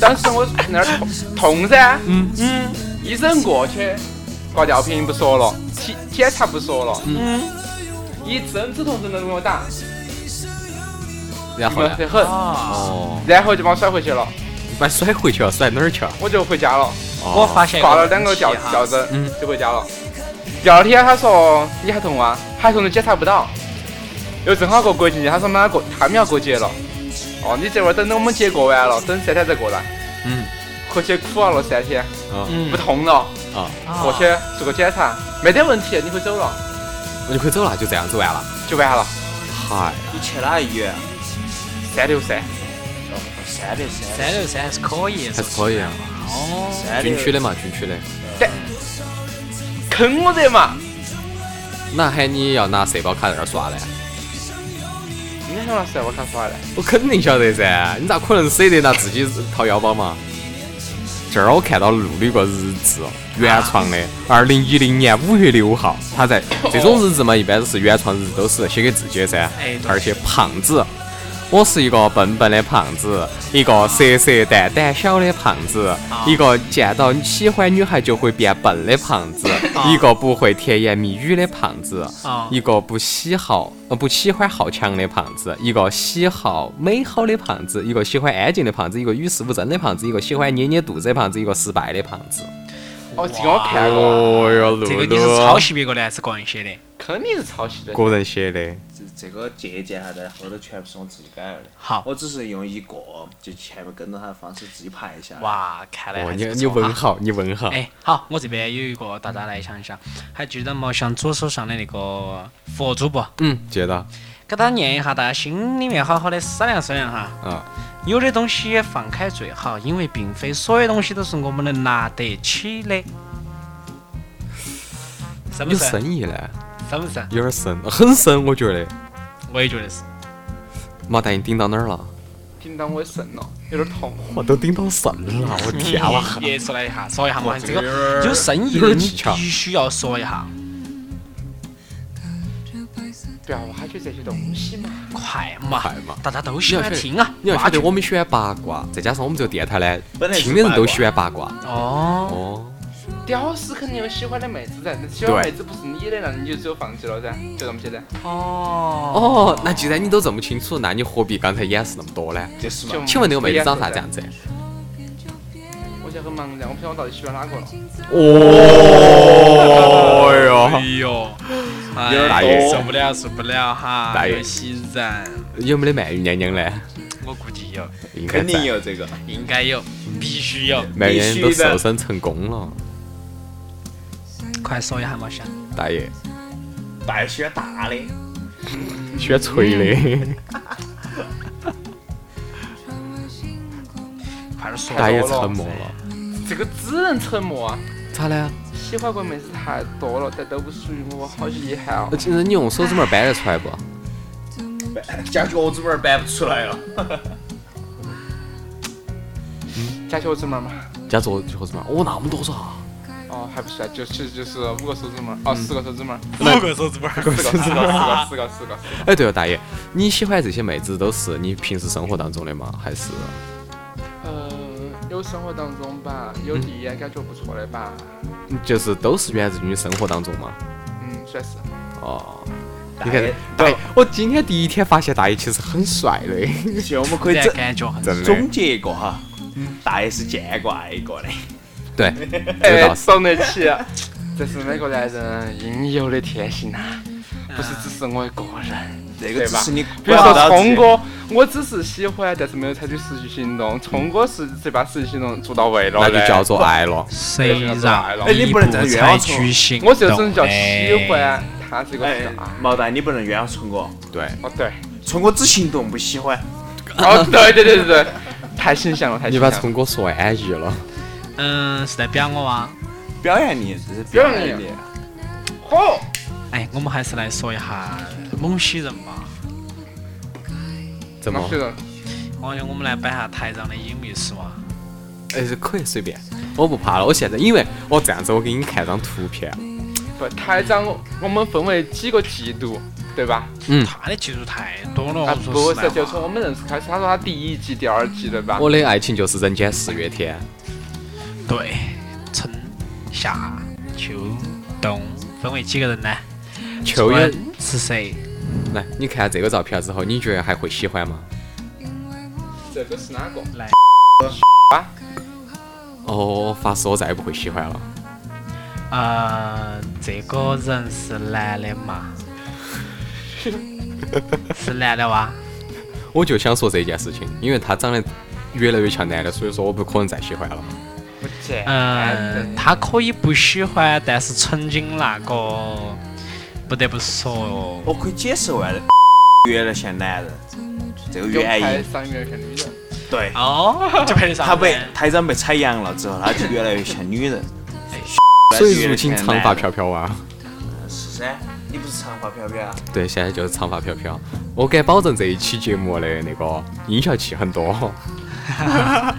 Speaker 2: 当时我那儿痛痛噻，
Speaker 1: 嗯
Speaker 7: 嗯
Speaker 2: 医生过去挂吊瓶不说了，体检查不说了，
Speaker 7: 嗯
Speaker 2: 一针止痛针都给我打，
Speaker 1: 然后
Speaker 2: 闷
Speaker 1: 呢？
Speaker 2: 得很，
Speaker 7: 啊，
Speaker 1: 哦，
Speaker 2: 然后就把我甩回去了，
Speaker 1: 你把甩回去了，甩哪儿去了？
Speaker 2: 我就回家了。
Speaker 1: 哦
Speaker 7: 我发现一
Speaker 2: 挂了
Speaker 7: 问
Speaker 2: 两个
Speaker 7: 题
Speaker 2: 吊
Speaker 7: 哈
Speaker 2: 吊针
Speaker 1: 嗯，
Speaker 2: 就回家了。第二天他说你还痛啊，还痛都检查不到，又正好过国庆节，他说妈过他们要过节了。哦，你这会儿等我们节过完了，等三天再过来。
Speaker 1: 嗯，
Speaker 2: 回去苦熬了三天，
Speaker 1: 啊
Speaker 7: 嗯
Speaker 2: 不，痛了，
Speaker 1: 啊，
Speaker 2: 过去做个检查，没得问题，你可以走了，
Speaker 1: 那就可以走了，就这样子完了。
Speaker 2: 就完了。
Speaker 1: 嗨，
Speaker 6: 你去哪医院？
Speaker 2: 三六三，
Speaker 6: 三六三
Speaker 7: 三六三还是可以，
Speaker 1: 还是可以啊，
Speaker 7: 哦，
Speaker 6: 三
Speaker 1: 军
Speaker 6: 六
Speaker 1: 区的嘛，军区的。
Speaker 2: 坑我得嘛，
Speaker 1: 那喊你要拿社保卡在那儿刷呢？
Speaker 2: 你想拿十我看啥嘞？
Speaker 1: 我肯定晓得噻，你咋可能舍得拿自己掏腰包嘛？这儿我看到录了一个日志哦，原创的，二零一零年五月六号，他在这种日志嘛，一般都是原创日志都是写给自己的噻
Speaker 7: 哎，对
Speaker 1: 而且胖子，我是一个笨笨的胖子，一个色色淡淡小的胖子，
Speaker 7: 啊
Speaker 1: 一个见到喜欢女孩就会变笨的胖子，一个不会甜言蜜语的胖子
Speaker 7: 啊，
Speaker 1: 一个不喜好呃不喜欢好强的胖子，一个喜好美好的胖子，一个喜欢安静的胖子，一个与世不争的胖子，一个喜欢捏捏肚子的胖子，一个失败的胖子。
Speaker 2: 哦，这个我看过，
Speaker 1: 哦哟，露
Speaker 7: 哎这个你是抄袭别个的还是个人写的？
Speaker 2: 肯定是抄袭的。
Speaker 1: 哎个人写的，
Speaker 6: 这这个借鉴啥的，后头全部是我自己改了的。
Speaker 7: 好
Speaker 6: 我只是用一个，就前面跟着他的方式自己排一下。，
Speaker 7: 哇，看来
Speaker 1: 哦，
Speaker 7: 还
Speaker 1: 你
Speaker 7: 是不
Speaker 1: 你
Speaker 7: 错
Speaker 1: 问
Speaker 7: 啊。
Speaker 1: 好，你问好，
Speaker 7: 哎，好，我这边有一个，大家来想一想，还记得毛翔左手上的那个佛珠不？
Speaker 1: 嗯，接到，
Speaker 7: 给他念一下，大家心里面好好的商量商量哈。
Speaker 1: 嗯，
Speaker 7: 有的东西放开最好，因为并非所有东西都是我们能拿得起的，是不
Speaker 1: 有
Speaker 7: 是？是
Speaker 1: 深意嘞，
Speaker 7: 不是？
Speaker 1: 有点深，很深，我觉得。
Speaker 7: 我也觉得是。
Speaker 1: 麻袋你顶到哪儿了？
Speaker 2: 叮当我也肾了，有点痛。
Speaker 1: 我都顶到肾了，我天
Speaker 7: 你
Speaker 1: 啦！
Speaker 7: 也说来一下，说一下嘛，这
Speaker 6: 这
Speaker 7: 个
Speaker 6: 个
Speaker 7: 有深意
Speaker 1: 有
Speaker 7: 的
Speaker 1: 点
Speaker 7: 你
Speaker 1: 技巧
Speaker 7: 必须要说一下，
Speaker 2: 不要挖掘这些东西嘛。
Speaker 7: 快嘛，
Speaker 1: 快嘛
Speaker 7: 大家都喜欢听啊，
Speaker 1: 你要
Speaker 7: 挖
Speaker 1: 晓得，
Speaker 7: 掘
Speaker 1: 我们喜欢八卦，再加上我们这个电台呢，
Speaker 6: 本来是
Speaker 1: 听的人都喜欢八卦。
Speaker 7: 哦，
Speaker 1: 哦，
Speaker 2: 屌丝肯定有喜欢的妹子噻，那喜欢妹子不是你的，那你就只有放弃了噻，就这么简单。
Speaker 7: 哦，
Speaker 1: 哦，那既然你都这么清楚，那你何必刚才掩饰那么多呢？
Speaker 6: 就是
Speaker 2: 就
Speaker 6: 嘛，
Speaker 1: 请问那个妹子长啥子样子？
Speaker 2: 我现在很茫然，我不晓得我到底喜欢哪个了。
Speaker 1: 哦哟，
Speaker 7: 哎呦，
Speaker 6: 有点
Speaker 7: 哎
Speaker 1: 大
Speaker 7: 呀，
Speaker 1: 爷
Speaker 7: 受不了，受不了哈，
Speaker 1: 大爷
Speaker 7: 有些人，
Speaker 1: 有没得鳗鱼娘娘呢？
Speaker 7: 我估计有，
Speaker 1: 应该
Speaker 6: 肯定
Speaker 1: 在。
Speaker 6: 有这个。
Speaker 7: 应该有，必须有，
Speaker 1: 鳗鱼娘娘
Speaker 6: 必
Speaker 1: 都
Speaker 6: 须的
Speaker 1: 瘦身成功了，
Speaker 7: 快说一下嘛，先，
Speaker 1: 大爷，
Speaker 6: 大家喜欢大的，
Speaker 1: 喜欢锤的，
Speaker 7: 快点说，
Speaker 1: 大爷沉默了，
Speaker 2: 这个只能沉默啊！
Speaker 1: 咋呃呢？
Speaker 2: 喜欢过妹子太多了，但都不属于我，好遗憾哦
Speaker 1: 呃。其实你用手指拇儿掰得出来不？
Speaker 6: 加脚趾拇儿掰不出来了。
Speaker 2: 加脚趾拇嘛？
Speaker 1: 加左手指拇儿，哦，那么多嗦。
Speaker 2: 哦，还不算，就其实就是五个手指拇，哦，
Speaker 1: 嗯
Speaker 2: 四个手指拇，
Speaker 7: 五个 手指拇儿，
Speaker 2: 四个，四个，四个，四个，四个。
Speaker 1: 哎，对了，大爷，你喜欢这些妹子都是你平时生活当中的吗？还是
Speaker 2: 呃，有生活当中吧，
Speaker 1: 嗯
Speaker 2: 有第一眼感觉不错的吧，
Speaker 1: 就是都是源自于你生活当中吗？
Speaker 2: 嗯，算是。
Speaker 1: 哦，
Speaker 6: 大
Speaker 1: 你看
Speaker 6: 爷，，
Speaker 1: 大爷，我今天第一天发现大爷其实很帅的，
Speaker 6: 其实我们可以
Speaker 7: 这
Speaker 6: 整
Speaker 7: 感觉很
Speaker 1: 真的
Speaker 6: 总。结一个哈，大爷是见过爱过的。
Speaker 1: 对，这倒是。
Speaker 2: 哎懂得起，啊这是每个男人应有的天性呐、不是只是我一个人。
Speaker 1: 嗯
Speaker 6: 这个只是你
Speaker 2: 比如说聪
Speaker 6: 哥，
Speaker 2: 哥，我只是喜欢，但是没有采取实际行动。聪哥是这把实际行动做到位了
Speaker 1: 那
Speaker 2: 嘞，
Speaker 1: 就叫做爱了。
Speaker 7: 谁让
Speaker 2: 哎
Speaker 6: 你不能这样冤枉
Speaker 7: 采
Speaker 6: 错
Speaker 7: 取行动哎
Speaker 2: 我
Speaker 7: 呢？
Speaker 2: 这种叫喜欢，他这个
Speaker 6: 哎
Speaker 2: 是爱。，
Speaker 6: 毛蛋，你不能冤枉聪哥，
Speaker 1: 对，
Speaker 2: 哦对，
Speaker 6: 聪哥只行动不喜欢。
Speaker 2: 哦对对对对对，太形象了，太
Speaker 1: 你
Speaker 2: 形
Speaker 1: 把
Speaker 2: 象
Speaker 1: 聪
Speaker 2: 了。
Speaker 1: 哥说安逸了。
Speaker 7: 嗯，是在表我啊。
Speaker 6: 表扬你，这是表扬
Speaker 2: 表
Speaker 6: 你。
Speaker 2: 嚯，
Speaker 7: 哎，我们还是来说一下某些人吧。
Speaker 1: 怎么
Speaker 2: 那？是的，
Speaker 7: 我哦觉得我们来摆下台上的隐秘啊史嘛。
Speaker 1: 哎，可以随便，我不怕了。我现在因为我这样子，我给你看张图片。
Speaker 2: 不，台长，我们分为几个季度，对吧？
Speaker 1: 嗯，
Speaker 7: 他的技术太多了，
Speaker 2: 啊，
Speaker 1: 哦
Speaker 2: 不
Speaker 7: 我说
Speaker 2: 是，
Speaker 7: 实
Speaker 2: 就
Speaker 7: 在
Speaker 2: 从
Speaker 7: 话。
Speaker 2: 我们认识开始，他说他第一季、第二季，对吧？
Speaker 1: 我的爱情就是人间四月天。
Speaker 7: 对，春夏秋冬分为几个人呢？
Speaker 1: 秋叶，
Speaker 7: 春是谁？
Speaker 1: 来，你看这个照片之后，你觉得还会喜欢吗？
Speaker 2: 这个是哪个？
Speaker 1: 哦，发誓我再也不会喜欢了。
Speaker 7: 呃，这个人是男的嘛？是男的哇？
Speaker 1: 我就想说这件事情，因为他长得越来越像男的，所以说我不可能再喜欢了。
Speaker 2: 不简
Speaker 7: 嗯，
Speaker 2: 单。
Speaker 7: 他可以不喜欢，但是曾经那个，不得不说哦，
Speaker 6: 我可以解释为越来越像男人这个
Speaker 2: 有
Speaker 6: 原
Speaker 2: 拍
Speaker 6: 因。
Speaker 2: 上面看女人，
Speaker 6: 对，
Speaker 7: 哦，就配得上
Speaker 6: 他被
Speaker 7: 呗
Speaker 6: 台长被踩阳了之后，他就越来越像女人。
Speaker 1: 所以如今长发飘飘啊，
Speaker 6: 是噻，你不是长发飘飘啊？
Speaker 1: 对，现在就是长发飘飘。我敢保证这一期节目的那个音效器很多。
Speaker 6: 好吧，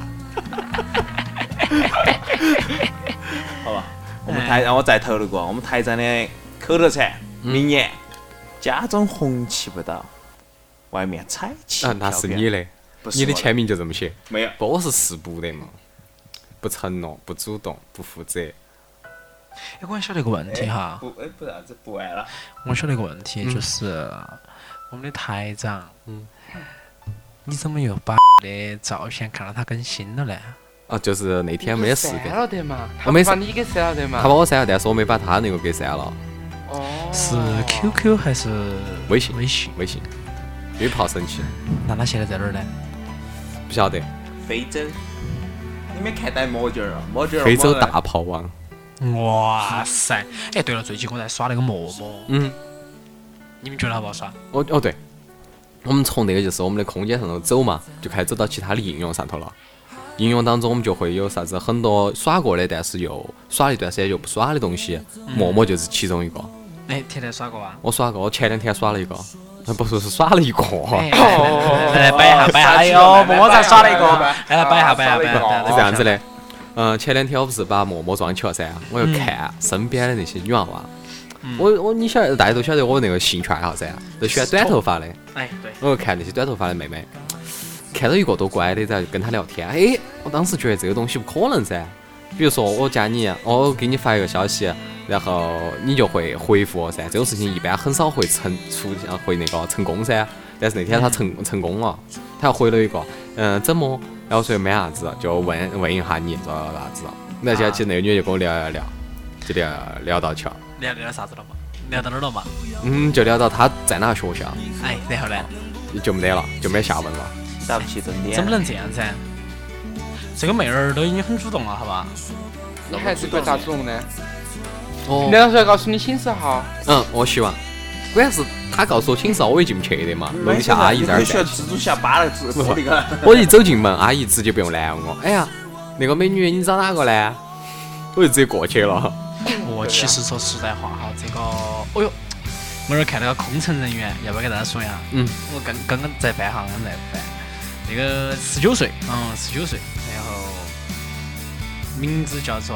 Speaker 6: 我们
Speaker 1: 哎
Speaker 6: 台长，我再透露过，我们台长的口头禅，
Speaker 1: 嗯
Speaker 6: 明年家中红旗不倒，外面彩旗
Speaker 1: 啊
Speaker 6: 飘，飘。
Speaker 1: 那是你的，
Speaker 6: 不是
Speaker 1: 你的
Speaker 6: 我
Speaker 1: 签名就这么写。
Speaker 6: 没有。
Speaker 1: 不，我是四不的嘛，不承诺、不主动、不负责。
Speaker 7: 哎我还晓得个问题哈，
Speaker 6: 不，哎，不啥子，不玩了。
Speaker 7: 我晓得个问题就是，我们的台长，你怎么又把的照片看到他更新了嘞？
Speaker 1: 啊，就是那天没得事
Speaker 2: 删
Speaker 1: 干，
Speaker 2: 了的嘛，
Speaker 1: 我
Speaker 2: 他
Speaker 1: 没
Speaker 2: 把
Speaker 1: 删
Speaker 2: 你给删了的
Speaker 1: 他
Speaker 2: 嘛
Speaker 1: 把。我删了，但是我没把他那个给删了。
Speaker 2: 哦，
Speaker 7: 是 QQ 还是
Speaker 1: 微信
Speaker 7: 微信？
Speaker 1: 微信，因为怕生气，
Speaker 7: 那他现在在哪儿呢？
Speaker 1: 不晓得。
Speaker 6: 非洲，你没看戴墨镜儿啊？墨镜儿。
Speaker 1: 非洲大炮王，
Speaker 7: 哇塞！哎，对了，最近我在耍那个陌陌，
Speaker 1: 嗯，
Speaker 7: 你们觉得好不好耍？
Speaker 1: 哦哦对，我们从那个就是我们的空间上头走嘛，就开始走到其他的应用上头了。应用当中我们就会有啥子很多耍过的，但是又耍了一段时间又不耍的东西，陌陌就是其中一个。
Speaker 7: 哎，天天耍过啊？
Speaker 1: 我耍过，我前两天耍了一个，呃不是是耍了一个，
Speaker 7: 哎，来来摆一
Speaker 1: 哦
Speaker 7: 下，摆一下，哎呦，我才耍了一个，哎来来摆一
Speaker 1: 啊
Speaker 7: 下，摆一下，摆一下，
Speaker 1: 是这样子的。嗯、前两天我不是把陌陌装起了噻，我又看身边的那些女娃娃。我我你晓得，大家都晓得我那个兴趣爱好噻，都喜欢短头发的。
Speaker 7: 哎，对，
Speaker 1: 我就看那些短头发的妹妹，看到一个多乖的，然后就跟她聊天。哎，我当时觉得这个东西不可能噻。比如说我加你，我给你发一个消息，然后你就会回复我噻。这种事情一般很少会成出现会那个成功噻。但是那天他成成功了，他回了一个，嗯，怎么？然后我说没啥子，就问问一下你咋咋子。那下去那个女的就跟我聊聊聊，就聊聊到起了，
Speaker 7: 聊聊啥子了嘛？聊到哪儿了嘛？
Speaker 1: 嗯，就聊到她在哪个学校，
Speaker 7: 哎，然后呢？
Speaker 1: 哦就没得了，就没下文了。
Speaker 6: 打不起重点。
Speaker 7: 怎么能这样子？啊这个妹儿都已经很主动了，好吧？
Speaker 2: 你还是怪啥子用呢？
Speaker 1: 哦
Speaker 2: 难道是要告诉你寝室号？
Speaker 1: 嗯，我希望。关键是他告诉我寝室，我也进不去的嘛。楼底下阿姨在那
Speaker 6: 啊你
Speaker 1: 儿
Speaker 6: 需要
Speaker 1: 站，
Speaker 6: 蜘蛛侠扒了自我那个。
Speaker 1: 我一走进门，阿姨直接不用拦我。哎呀，那个美女，你找哪个呢？我就直接过去了。
Speaker 7: 我其实说实在话哈，这个，哎呦，我这儿看到个空乘人员，要不要给大家说一下？
Speaker 1: 嗯，
Speaker 7: 我刚刚刚在办哈，刚刚在办，那个十九岁，嗯，十九岁，然后名字叫做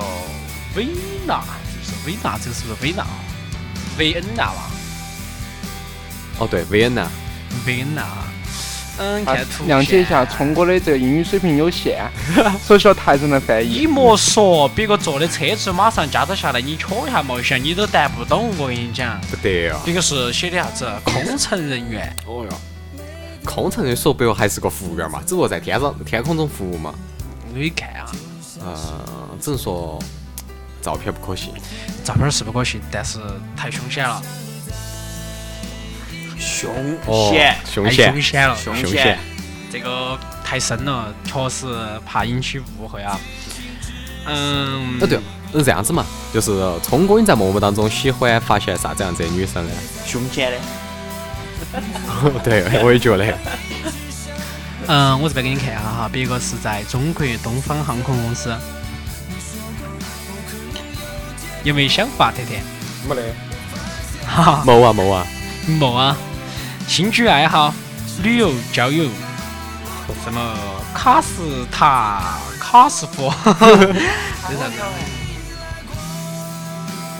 Speaker 7: 维娜，是不是维娜？这个是不是维娜？维恩娜吧，
Speaker 1: 哦，对，维恩娜，
Speaker 7: 维恩娜。嗯，
Speaker 2: 啊
Speaker 7: 看图，
Speaker 2: 谅解一下，
Speaker 7: 片
Speaker 2: 聪哥的这个英语水平 有限，所以说台人来翻
Speaker 7: 你
Speaker 2: 译。
Speaker 7: 莫说，别个坐的车子马上驾驶下来，你瞧一下毛线，你都答不懂。我跟你讲，
Speaker 1: 不得啊！
Speaker 7: 别个是写的啥子啊空乘人员，
Speaker 1: 哦哟，空乘人说白了还是个服务员嘛，只不过在天上天空中服务嘛。
Speaker 7: 你看啊，
Speaker 1: 呃，只能说照片不可信。
Speaker 7: 照片是不可信，但是太凶险了，
Speaker 6: 凶
Speaker 1: 哦
Speaker 6: 险，，
Speaker 1: 凶
Speaker 7: 太
Speaker 1: 险
Speaker 7: 凶，险了，
Speaker 1: 哎凶险
Speaker 6: 凶
Speaker 1: 嗯
Speaker 6: 险，
Speaker 7: 这个太深了，确实怕引起误会啊。嗯，
Speaker 1: 哦对，是这样子嘛，就是聪哥，你在陌陌当中喜欢发现啥子样子的女 生呢？哦
Speaker 6: 凶险的。
Speaker 1: 对，我也觉得。
Speaker 7: 嗯，我这边给你看一下哈，别个是在中国东方航空公司，有没有想法，甜甜？
Speaker 2: 没得。
Speaker 7: 哈哈。
Speaker 1: 某啊某啊，
Speaker 7: 某啊，兴趣爱好、旅游、交友，什么卡斯塔、卡斯夫，这啥子？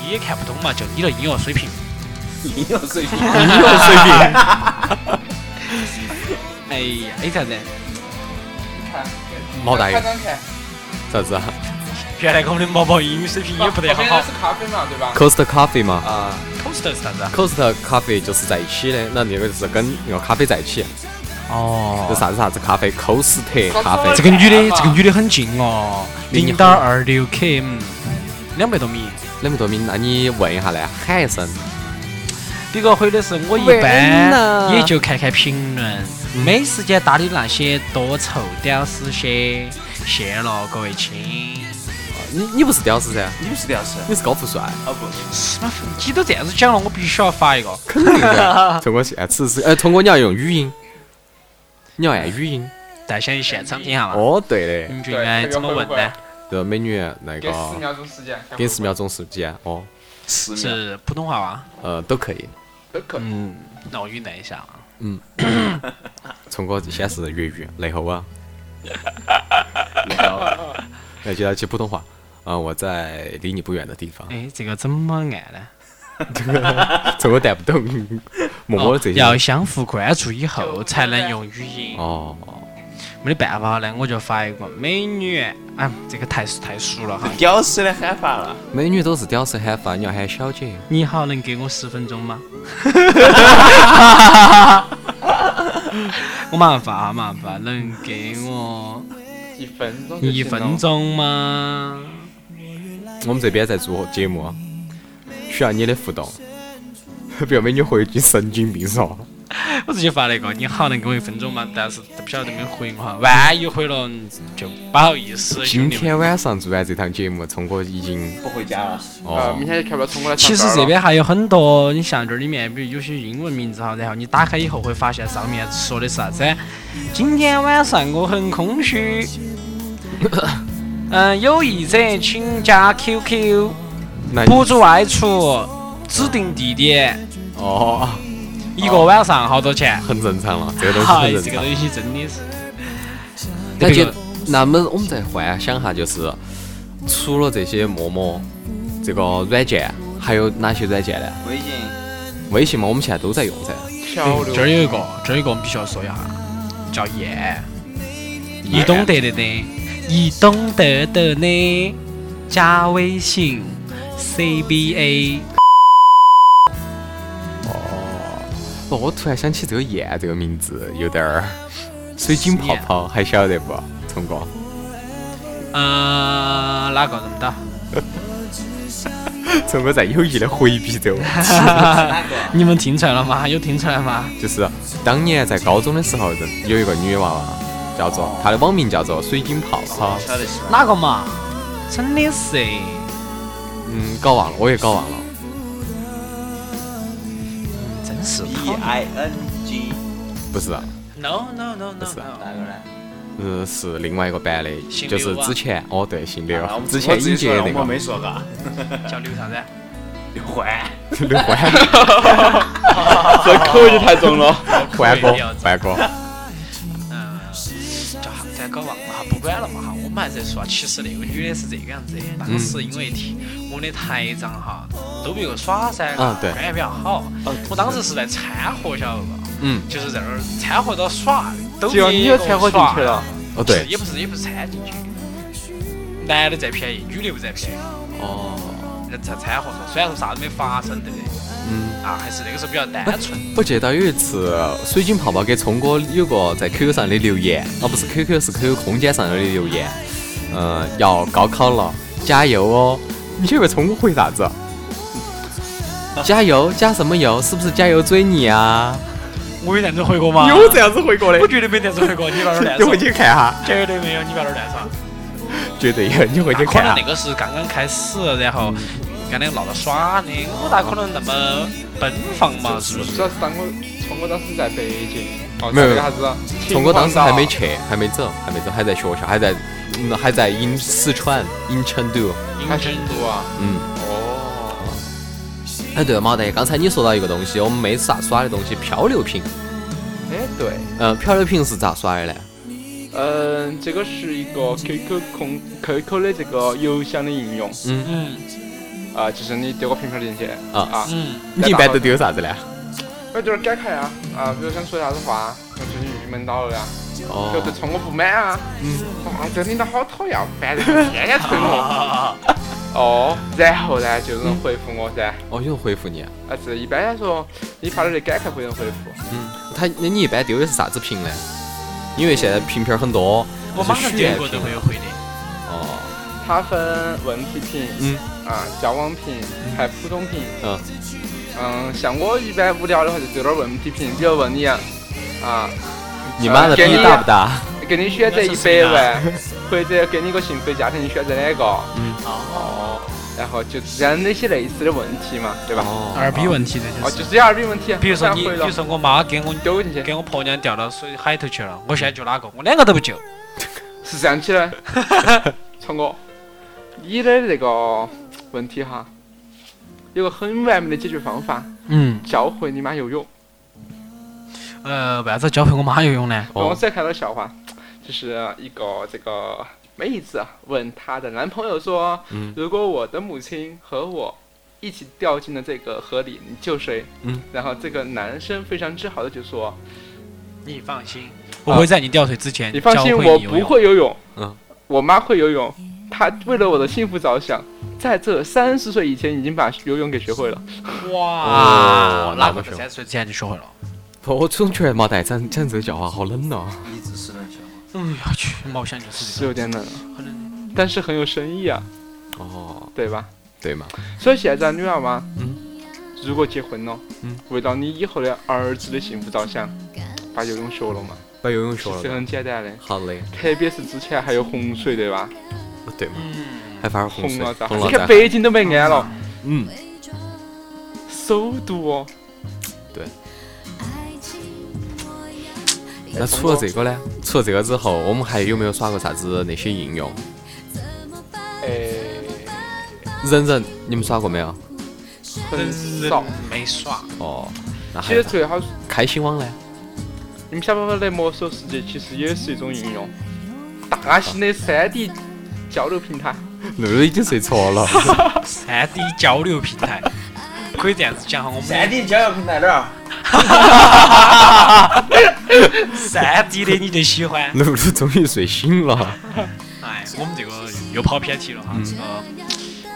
Speaker 7: 你也看不懂嘛，就你的音乐水平。
Speaker 6: 你有水 平。
Speaker 1: 你有水平。
Speaker 7: 哎呀，哎啥子？
Speaker 2: 看，
Speaker 1: 毛大
Speaker 2: 看
Speaker 1: 爷，
Speaker 2: 张看，
Speaker 1: 啥子啊
Speaker 7: 原来跟我们的毛毛英语水平也不得
Speaker 2: 旁
Speaker 7: 很
Speaker 2: 边
Speaker 7: 好
Speaker 2: 的。是咖啡嘛，对吧？
Speaker 1: ？Costa Coffee 嘛
Speaker 2: 啊，
Speaker 7: Coaster 是啥子啊？
Speaker 1: ，Costa Coffee 就是在一起的，那那个就是跟那个咖啡在一起，就
Speaker 2: 啊
Speaker 7: 哦，
Speaker 1: 啥子啥子咖啡，科斯特咖啡
Speaker 7: 这。个女的，这个女的很近哦，零点二六嗯 km，两百多米。
Speaker 1: 啊那么多名，那你问一下呢？喊一声，
Speaker 7: 比较灰的是，我一般也就看看评论，没时间搭理那些多臭屌丝些。谢了各位亲。
Speaker 1: 你你不是屌丝噻，
Speaker 6: 你不是屌丝
Speaker 1: 你是高富帅。
Speaker 6: 啊不，
Speaker 7: 妈你都这样子讲了，我必须要发一个。
Speaker 1: 肯定噻。通过现此时，哎，通过你要用语音，你要按语音。
Speaker 7: 大家去现场听
Speaker 2: 啊
Speaker 7: 下嘛。
Speaker 1: 哦，对的，
Speaker 7: 你们觉得怎么问
Speaker 1: 啊
Speaker 7: 呢？
Speaker 1: 这美女啊那
Speaker 2: 嗯给十
Speaker 1: 个
Speaker 2: 秒钟时间，
Speaker 1: 给十秒钟时间哦，
Speaker 6: 十秒
Speaker 7: 是普通话吗？
Speaker 1: 呃，都可以。
Speaker 2: 都可以。
Speaker 7: 嗯，那我酝酿一下。
Speaker 1: 聪哥先是粤语，然后啊，要接到起普通话。啊、我在离你不远的地方，
Speaker 7: 哎，这个怎么按呢？
Speaker 1: 聪哥带不动，默默这些。
Speaker 7: 哦要相互关注以后才能用语音。
Speaker 1: 哦，
Speaker 7: 没得办法呢，我就发一个美女。啊，这个太太熟了哈。
Speaker 6: 屌丝的喊法了，
Speaker 1: 美女都是屌丝喊法，你要喊小姐。
Speaker 7: 你好，能给我十分钟吗？我马上发啊，马上发，能给我
Speaker 2: 一分钟就行了，
Speaker 7: 一分钟吗？
Speaker 1: 我们这边在做节目，啊需要你的互动，不要美女回一句神经病嗦。
Speaker 7: 我直接发了一个，你好，能给我一分钟吗？但是不晓得有没有回我哈，万一回了就不好意思。
Speaker 1: 今
Speaker 7: 兄弟们
Speaker 1: 天晚上做完这档节目，聪哥已经
Speaker 6: 不回家了。
Speaker 2: 呃，
Speaker 7: 啊
Speaker 1: 哦
Speaker 2: 明，天就看不到冲过来上
Speaker 7: 其实
Speaker 2: 班
Speaker 7: 这
Speaker 2: 了
Speaker 7: 边还有很多，你像这里面，比如有些英文名字哈，然后你打开以后会发现上面说的是啥子？今天晚上我很空虚，嗯，有意者请加 QQ，
Speaker 1: 那
Speaker 7: 不准外出，指定地点，
Speaker 1: 哎哦，
Speaker 7: 一个晚上好多钱？
Speaker 1: 很正常了，这个东 西
Speaker 7: 嗨，
Speaker 1: 很
Speaker 7: 哎这
Speaker 1: 正
Speaker 7: 个
Speaker 1: 常。
Speaker 7: 东西真的是，
Speaker 1: 那
Speaker 7: 这
Speaker 1: 就
Speaker 7: 个
Speaker 1: 那么我们再幻想下，就是除了这些陌陌这个软件，还有哪些软件呢？
Speaker 6: 微信
Speaker 1: 微信嘛，我们现在都在用噻。
Speaker 2: 漂流
Speaker 7: 这儿有一个，这儿有一个我们必须要说一下，叫燕。你懂得的呢，你懂得的呢，加微信 CBA，
Speaker 1: 哦，我突然想起这个“燕”这个名字有点儿水晶泡泡，还晓得不？聪哥，
Speaker 7: 呃，哪个认不到？
Speaker 1: 聪哥在有意的回避着我。 啊
Speaker 7: 你们听出来了吗？有听出来吗？
Speaker 1: 就是当年在高中的时候，有一个女娃娃，叫做她的网名叫做水晶泡泡，
Speaker 6: 晓得是吧？
Speaker 7: 哪个嘛？真的是哎，
Speaker 1: 嗯，搞忘了，我也搞忘了。
Speaker 7: 真是
Speaker 6: D
Speaker 7: 讨厌。
Speaker 6: I N G
Speaker 1: 不是，
Speaker 7: No no no
Speaker 1: 不
Speaker 7: no
Speaker 1: 是
Speaker 7: no。
Speaker 6: 哪个呢？
Speaker 1: 呃，是另外一个版的，
Speaker 7: 姓
Speaker 1: 就
Speaker 7: 刘
Speaker 1: 是
Speaker 7: 啊
Speaker 1: 之前哦，对，姓刘
Speaker 6: 啊我，们
Speaker 1: 之前
Speaker 6: 我
Speaker 1: 引
Speaker 6: 自己
Speaker 1: 进
Speaker 6: 说
Speaker 1: 的
Speaker 6: 了
Speaker 1: 那
Speaker 6: 我
Speaker 1: 个
Speaker 6: 没说嘎。
Speaker 7: 叫刘啥子？
Speaker 6: 刘欢，
Speaker 1: 刘欢
Speaker 2: 这口音太重了。
Speaker 1: 欢
Speaker 7: 可
Speaker 1: 哥
Speaker 7: 以了，
Speaker 1: 欢哥，
Speaker 7: 嗯，叫啥子？搞忘了哈，不管了嘛哈。我们还在说，其实那个女的是这个样子的。当时因为听我们的台长哈，都别个耍噻，
Speaker 1: 啊对
Speaker 7: 关系比较好。我当时是在掺和，晓得不？
Speaker 1: 嗯，
Speaker 7: 就是在那儿掺和到耍，都
Speaker 2: 结果你也掺和进去了。
Speaker 1: 哦对，
Speaker 7: 也不是也不是掺进去，男的占便宜，女的不占便宜，
Speaker 1: 哦，
Speaker 7: 人家掺和了。虽然说啥都没发生，对不对？
Speaker 1: 嗯，
Speaker 7: 啊，还是那个时候比较单纯。
Speaker 1: 我记得有一次水晶泡泡给聪哥有个在 QQ 上的留言，啊，不是 QQ 是 QQ 空间上的留言，嗯，要高考了，加油哦！你以为聪哥回啥子？加油，加什么油？是不是加油追你啊？
Speaker 7: 哎我有这样子回过吗
Speaker 1: 有这样子回过的
Speaker 7: 我，绝对没这样子回过，你不要 乱
Speaker 1: 你
Speaker 7: 说
Speaker 1: 回。去看哈、
Speaker 7: 绝对没有，你不要乱说。
Speaker 1: 绝对有，你回去
Speaker 7: 可
Speaker 1: 看
Speaker 7: 能
Speaker 1: 啊
Speaker 7: 那。个是刚刚开始，然后刚刚闹着耍的，我咋可能那么奔放嘛？是不是？
Speaker 2: 主要是当我聪哥当时在北京，哦，
Speaker 1: 嗯没有
Speaker 2: 在那个啥子，
Speaker 1: 聪哥当时还没去，还没走，还没走，还在学校，还在，嗯，还在 in 四川 in 成都。
Speaker 2: 还成都啊，
Speaker 1: 嗯，
Speaker 2: 哦，
Speaker 1: 哎，对了，毛蛋，刚才你说到一个东西，我们没啥耍的东西，漂流瓶。
Speaker 2: 哎对，
Speaker 1: 嗯，漂流瓶是咋耍的呢？
Speaker 2: 嗯，这个是一个 QQ 空 QQ 的这个邮箱的应用，
Speaker 7: 嗯
Speaker 2: 啊、就是你丢个瓶瓶进去，
Speaker 1: 啊
Speaker 2: 啊，
Speaker 7: 嗯，
Speaker 1: 你一般都丢啥子呢？
Speaker 2: 我就是感慨啊，啊，比如想说啥子话，我最近郁闷到了呀，啊就
Speaker 1: 哦
Speaker 2: 对，冲我不满啊，嗯，哇，这领导好讨厌，烦人，天天催我， 哦，然后呢，就有人回复我噻，
Speaker 1: 哦，有人回复你。
Speaker 2: 啊，这一般来说，你发了这感慨会有人回复，
Speaker 1: 嗯，他那你一般丢的是啥子瓶呢？因为现在瓶瓶儿很多，
Speaker 7: 我马上
Speaker 1: 就是
Speaker 7: 第
Speaker 1: 许
Speaker 7: 一
Speaker 1: 愿
Speaker 7: 个
Speaker 1: 瓶
Speaker 7: 都会有回的。
Speaker 1: 哦，
Speaker 2: 它分问题瓶、
Speaker 1: 嗯
Speaker 2: 啊，交往评，还普通评。
Speaker 1: 嗯，
Speaker 2: 嗯，像我一般无聊的话就丢点问题评，比如问你啊，
Speaker 1: 你妈的
Speaker 2: 给
Speaker 1: 逼
Speaker 2: 你
Speaker 1: 大不大？
Speaker 2: 给你选择一百万，或者给你个幸福家庭，你选择哪个？
Speaker 1: 嗯，
Speaker 2: 哦，然后就这样那些类似的问题嘛，对吧？
Speaker 1: 哦，
Speaker 7: 二逼问题的就
Speaker 2: 哦，
Speaker 7: 是
Speaker 2: 就。这些二逼问题，
Speaker 7: 比如说
Speaker 2: 不
Speaker 7: 你，
Speaker 2: 然
Speaker 7: 比
Speaker 2: 回了
Speaker 7: 如说我妈给我
Speaker 2: 丢进去
Speaker 7: 给我婆娘掉到水海头去了，我现在救哪个？我两个都不救。
Speaker 2: 是这样起 的。聪哥，你的这个问题哈，有个很完美的解决方法，
Speaker 7: 嗯，
Speaker 2: 教会你妈游泳。
Speaker 7: 呃，为啥子教会我妈游泳呢？
Speaker 2: 我
Speaker 1: 哦，
Speaker 2: 之前看到笑话，就是一个这个妹子啊问她的男朋友说：“
Speaker 1: 嗯
Speaker 2: 如果我的母亲和我一起掉进了这个河里，你救谁？”
Speaker 1: 嗯，
Speaker 2: 然后这个男生非常自豪的就说
Speaker 7: 你放心，我会在你掉水之：“前
Speaker 2: 你放
Speaker 7: 教
Speaker 2: 心，
Speaker 7: 会
Speaker 2: 我
Speaker 7: 你游
Speaker 2: 不
Speaker 7: 泳。
Speaker 2: 会游泳，
Speaker 1: 嗯，
Speaker 2: 我妈会游泳，她为了我的幸福着想。”在这三十岁以前，已经把游泳给学会了。
Speaker 1: 哦
Speaker 7: 哇，
Speaker 1: 那
Speaker 7: 哪
Speaker 1: 不
Speaker 7: 个
Speaker 1: 是
Speaker 7: 在三十岁之前就学会了？
Speaker 1: 我总觉得毛蛋讲讲这个笑话好冷哦。
Speaker 6: 一直是冷笑话。
Speaker 7: 哎呀去，毛想就是
Speaker 2: 是有点冷，但是很有深意啊，
Speaker 1: 哦，
Speaker 2: 对吧？
Speaker 1: 对嘛，
Speaker 2: 所以现在女娃娃，
Speaker 1: 嗯
Speaker 2: 如果结婚了，
Speaker 1: 嗯
Speaker 2: 为了你以后的儿子的幸福着想，把游泳学了嘛，
Speaker 1: 把游泳学
Speaker 2: 其实
Speaker 1: 了。
Speaker 2: 很简单的。
Speaker 1: 好嘞，
Speaker 2: 特别是之前还有洪水，对吧？
Speaker 1: 对嘛，还发生洪水，
Speaker 2: 了咋？
Speaker 1: 洪了
Speaker 2: 嗯你看
Speaker 1: 咋？
Speaker 2: 北京都没安了，
Speaker 1: 嗯，
Speaker 2: 首都哦。
Speaker 1: 那除了这个呢？除了这个之后，我们还有没有耍过啥子那些应用？
Speaker 2: 哎，
Speaker 1: 人人，你们耍过没有？
Speaker 2: 很
Speaker 7: 真
Speaker 2: 少。
Speaker 7: 嗯没耍。
Speaker 1: 哦，那
Speaker 2: 其
Speaker 1: 还有
Speaker 2: 实
Speaker 1: 啥
Speaker 2: 最好，
Speaker 1: 开心网呢？
Speaker 2: 你们晓不晓得魔兽世界其实也是一种应用，大型的 3D 交流平台。
Speaker 1: 露露已经睡着 了。
Speaker 7: 三 D 交流平台，可以这样子讲哈，我们
Speaker 6: 三 D 交友平台哪儿？
Speaker 7: 三 D 的你就喜欢。
Speaker 1: 露露终于睡醒了。
Speaker 7: 哎，我们这个又跑偏题了哈，这个。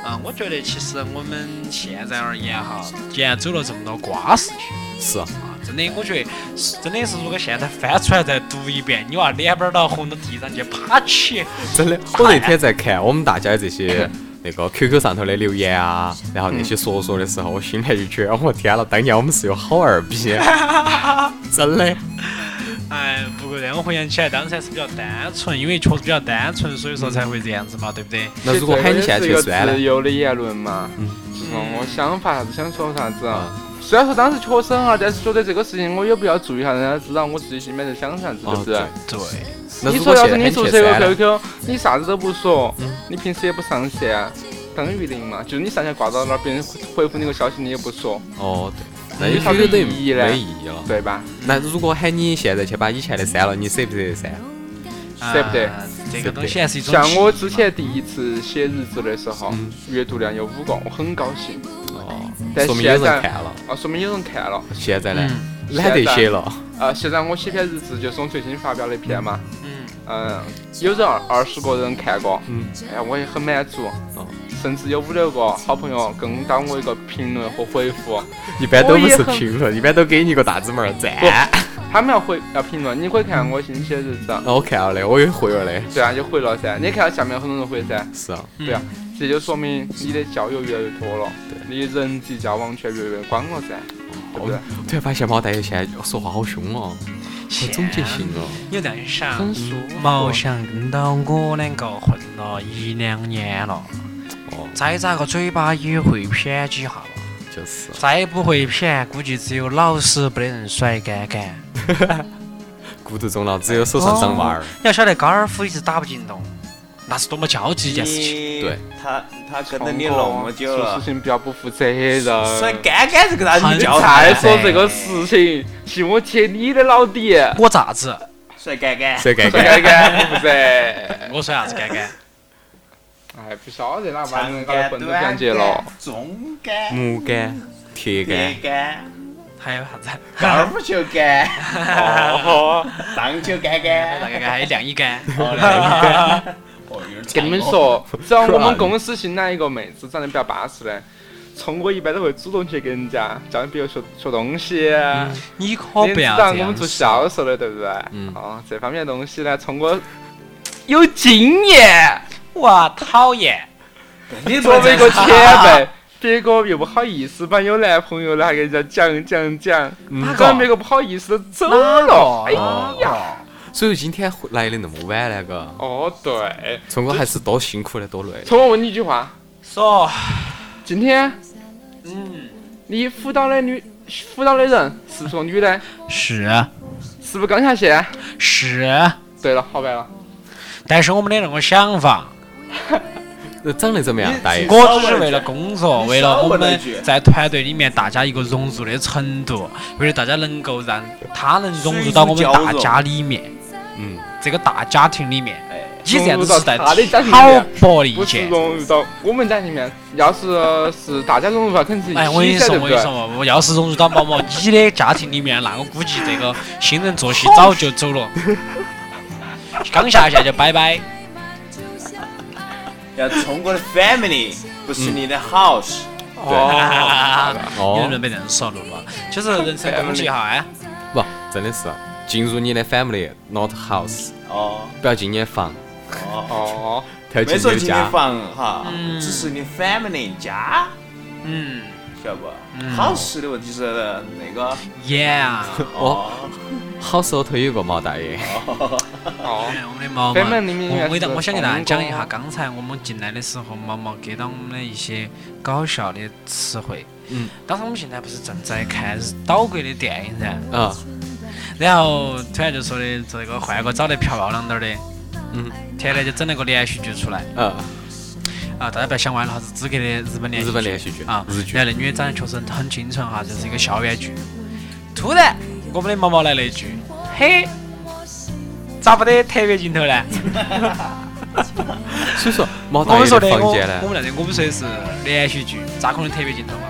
Speaker 7: 嗯，我觉得其实我们现在而言哈，既然走了这么多瓜事情
Speaker 1: 是啊，
Speaker 7: 啊，真的，我觉得是真的是，如果现在翻出来再读一遍，你娃脸板儿都要红到地上去趴起。
Speaker 1: 真的。我那天在看我们大家的这些那个 QQ 上头的留言啊，然后那些说说的时候，我心里就觉得，我天了，啊当年我们是有好二逼。真的。
Speaker 7: 哎，不过让我回想起来，当时还是比较单纯，因为确实比较单纯，所以说才会这样子嘛，对不对？
Speaker 1: 那如果喊你现在
Speaker 2: 这
Speaker 1: 去
Speaker 2: 个
Speaker 1: 算呢
Speaker 2: 自？由的言论嘛，
Speaker 1: 嗯
Speaker 2: 就是我想法啥子想说啥子
Speaker 1: 啊。
Speaker 2: 虽然说当时确实很二，但是觉得这个事情我也不要注意一下，人家知道我自己心里面在想啥子，对
Speaker 1: 哦
Speaker 2: 不对？
Speaker 7: 对，
Speaker 1: 那
Speaker 2: 你
Speaker 1: 如
Speaker 2: 说
Speaker 1: 果
Speaker 2: 要
Speaker 1: 现在
Speaker 2: 是你
Speaker 1: 喊你
Speaker 2: 注
Speaker 1: 去
Speaker 2: 册
Speaker 1: 算
Speaker 2: 个
Speaker 1: 呢？
Speaker 2: QQ，你啥子都不说，
Speaker 1: 嗯
Speaker 2: 你平时也不上线，等于零嘛。就是你上线挂到那儿，别人回复你个消息，你也不说，
Speaker 1: 哦，对，那
Speaker 2: 有
Speaker 1: 你
Speaker 2: 啥
Speaker 1: QQ
Speaker 2: 子
Speaker 1: 等于
Speaker 2: 意义呢
Speaker 1: 没意义了。
Speaker 2: 对吧？
Speaker 1: 那如果喊你现在去把以前的删了，你舍不舍得删？
Speaker 2: 对不对
Speaker 7: 啊？这个东西还是一种
Speaker 2: 像我
Speaker 7: 记忆
Speaker 2: 之
Speaker 7: 嘛
Speaker 2: 前第一次写日志的时候，
Speaker 1: 嗯
Speaker 2: 阅读量有五个，我很高兴，
Speaker 1: 哦，
Speaker 2: 但
Speaker 1: 说明有人
Speaker 2: 现在
Speaker 1: 看了。
Speaker 2: 啊，说明有人看了。
Speaker 1: 现在呢，
Speaker 7: 嗯
Speaker 1: 懒得写了。
Speaker 2: 啊，现在我写篇日志，就是我最新发表的一篇嘛，
Speaker 7: 嗯，
Speaker 2: 嗯，有人二二十个人看过，
Speaker 1: 嗯，
Speaker 2: 哎，我也很满足
Speaker 1: 哦。
Speaker 2: 甚至有五六个好朋友跟到我一个评论和回复，
Speaker 1: 一般都不是评论，一般都给你一个大字门儿赞。
Speaker 2: 他们要回要评论，你可以看我新写的日志啊，
Speaker 1: 那我看了的，我也会了的。
Speaker 2: 对啊，就回了噻。你看下面有很多人回噻，
Speaker 1: 是啊，
Speaker 2: 对啊，这就说明你的交友越来越多了，你的人际交往圈越来越广了噻，对不
Speaker 1: 我
Speaker 2: 对？
Speaker 1: 突然发现毛大爷现在说话好凶哦，好总结性哦。
Speaker 7: 你这样想
Speaker 2: 很，舒服。
Speaker 7: 毛翔跟到我两个混了一两年了，
Speaker 1: 哦，
Speaker 7: 再咋个嘴巴也会偏几下嘛，
Speaker 1: 就是
Speaker 7: 再不会偏，估计只有老师被人甩杆杆。
Speaker 1: 孤独终老，只有手上长娃儿。
Speaker 7: 你要晓得高尔夫一直打不进洞，那是多么焦急一件事情。
Speaker 1: 对，
Speaker 6: 他他跟着你那么久
Speaker 2: 做
Speaker 6: 了
Speaker 2: 哦事，情不要不负责任。
Speaker 6: 甩杆杆这个啥子
Speaker 7: 很
Speaker 6: 叫
Speaker 7: 高
Speaker 6: 法
Speaker 2: 再
Speaker 6: 呀？
Speaker 2: 说这个事情，信我铁你的老底，
Speaker 7: 我咋子？
Speaker 6: 甩杆杆，
Speaker 1: 这 该
Speaker 2: 这
Speaker 1: 该
Speaker 2: 个干不负责。哎，
Speaker 7: 我甩啥子杆杆？
Speaker 2: 不晓得哪把
Speaker 6: 长
Speaker 2: 人搞得
Speaker 6: 杆
Speaker 2: 笨都
Speaker 6: 短
Speaker 2: 想结了
Speaker 6: 杆。，中杆，
Speaker 1: 木杆、铁
Speaker 6: 铁
Speaker 1: 杆，
Speaker 6: 杆，
Speaker 7: 还有啥子？
Speaker 6: 高尔夫球杆，哦，棒球杆杆，
Speaker 7: 大概还有晾衣杆。
Speaker 6: 哦，两杆。哦有点长哦
Speaker 2: 跟你们，说，只要我们公司新来一个妹子，长得比较巴适的，聪哥一般都会主动去给人家叫人别个学学东西。 啊
Speaker 7: 你可嗯哦不
Speaker 2: 你也
Speaker 7: 要
Speaker 2: 知道
Speaker 7: 这
Speaker 2: 我们
Speaker 7: 样
Speaker 2: 做
Speaker 7: 子。
Speaker 2: 销售的，对不对？
Speaker 1: 嗯
Speaker 2: 哦，这方面的东西呢，聪哥有经验。
Speaker 7: 哇，讨厌！你
Speaker 2: 作为一个前
Speaker 7: 前
Speaker 2: 辈，别个又不好意思把有男朋友了还给人家讲讲讲，
Speaker 7: 个
Speaker 2: 让别个不好意思走了。哎呀，
Speaker 1: 所以今天回来的那么晚那个，
Speaker 2: 哦对，
Speaker 1: 聪哥还是多辛苦的，多累的。
Speaker 2: 从我问你一句话，
Speaker 7: 说
Speaker 2: 今天，嗯，你辅导的女辅导的人是不是个女的？
Speaker 7: 是
Speaker 2: 是不是刚下线？
Speaker 7: 是，
Speaker 2: 对了，好白了，
Speaker 7: 但是我们的那个想法，
Speaker 1: 呃长得怎么样，大爷？
Speaker 7: 我只是为了工作，为
Speaker 6: 你
Speaker 7: 了我
Speaker 6: 少问了
Speaker 7: 们
Speaker 6: 一句
Speaker 7: 在团队里面大家一个融入的程度，为了大家能够让他能融入到我们大家里面，
Speaker 1: 嗯，
Speaker 7: 这个大家庭里面。你这样子是在
Speaker 2: 哎融入到他的家庭里
Speaker 7: 挑
Speaker 2: 面
Speaker 7: 拨离
Speaker 2: 不是
Speaker 7: 间。
Speaker 2: 融入到我们家里面，要是是大家融入的话，肯定是
Speaker 7: 哎，我跟
Speaker 2: 一
Speaker 7: 你
Speaker 2: 起噻，对
Speaker 7: 说，我
Speaker 2: 不
Speaker 7: 跟你
Speaker 2: 对？
Speaker 7: 说嘛，我要是融入到某某你的家庭里面，那我估计这个新人作息早就走 了，刚下线就拜拜。
Speaker 6: 要通过的 family，不是你
Speaker 1: 嗯
Speaker 6: 的 house。
Speaker 2: 哦
Speaker 7: 你能
Speaker 1: 哦
Speaker 7: 不，能别这样说，露露？就是人身攻击哈，哎，
Speaker 1: 不，真的是进入你的 family，not house，
Speaker 6: 哦
Speaker 1: 不要进你的房，
Speaker 6: 哦，
Speaker 2: 哦，
Speaker 1: 跳进
Speaker 6: 没
Speaker 1: 你
Speaker 6: 说
Speaker 1: 的
Speaker 6: 进你
Speaker 1: 家。
Speaker 6: 房哈
Speaker 7: 嗯，
Speaker 6: 只是你 family 家，
Speaker 7: 嗯
Speaker 6: 晓得不？house 的问题是那个
Speaker 7: ，Yeah，
Speaker 1: 哦，好手头有个毛大爷，
Speaker 2: 哦，
Speaker 7: 哎我们的毛毛，
Speaker 2: 北门里面
Speaker 7: 我我
Speaker 2: 是
Speaker 7: 一旦我想给大家讲一下，
Speaker 2: 成功
Speaker 7: 刚才我们进来的时候，毛毛给到我们的一些搞笑的词汇。
Speaker 1: 嗯，
Speaker 7: 当时我们现在不是正在看岛国的电影噻，
Speaker 1: 啊，
Speaker 7: 然后突然就说的这个换个找得漂亮点儿的，
Speaker 1: 嗯，
Speaker 7: 天天就整了个连续剧出来。
Speaker 1: 啊，
Speaker 7: 啊，大家不要想歪了哈，是资格的日本连续
Speaker 1: 日本连续剧
Speaker 7: 啊，
Speaker 1: 日剧
Speaker 7: 然后那女的长得确实很清纯哈，就是一个校园剧。突然，我们的毛毛来了一句：“嘿，咋不得特别镜头呢？”
Speaker 1: 所以说毛
Speaker 7: 我
Speaker 1: 大
Speaker 7: 们
Speaker 1: 爷
Speaker 7: 啊说的
Speaker 1: 的房
Speaker 7: 我
Speaker 1: 间
Speaker 7: 我
Speaker 1: 呢，
Speaker 7: 们那个我们说的是连续剧，咋可能特别镜头嘛？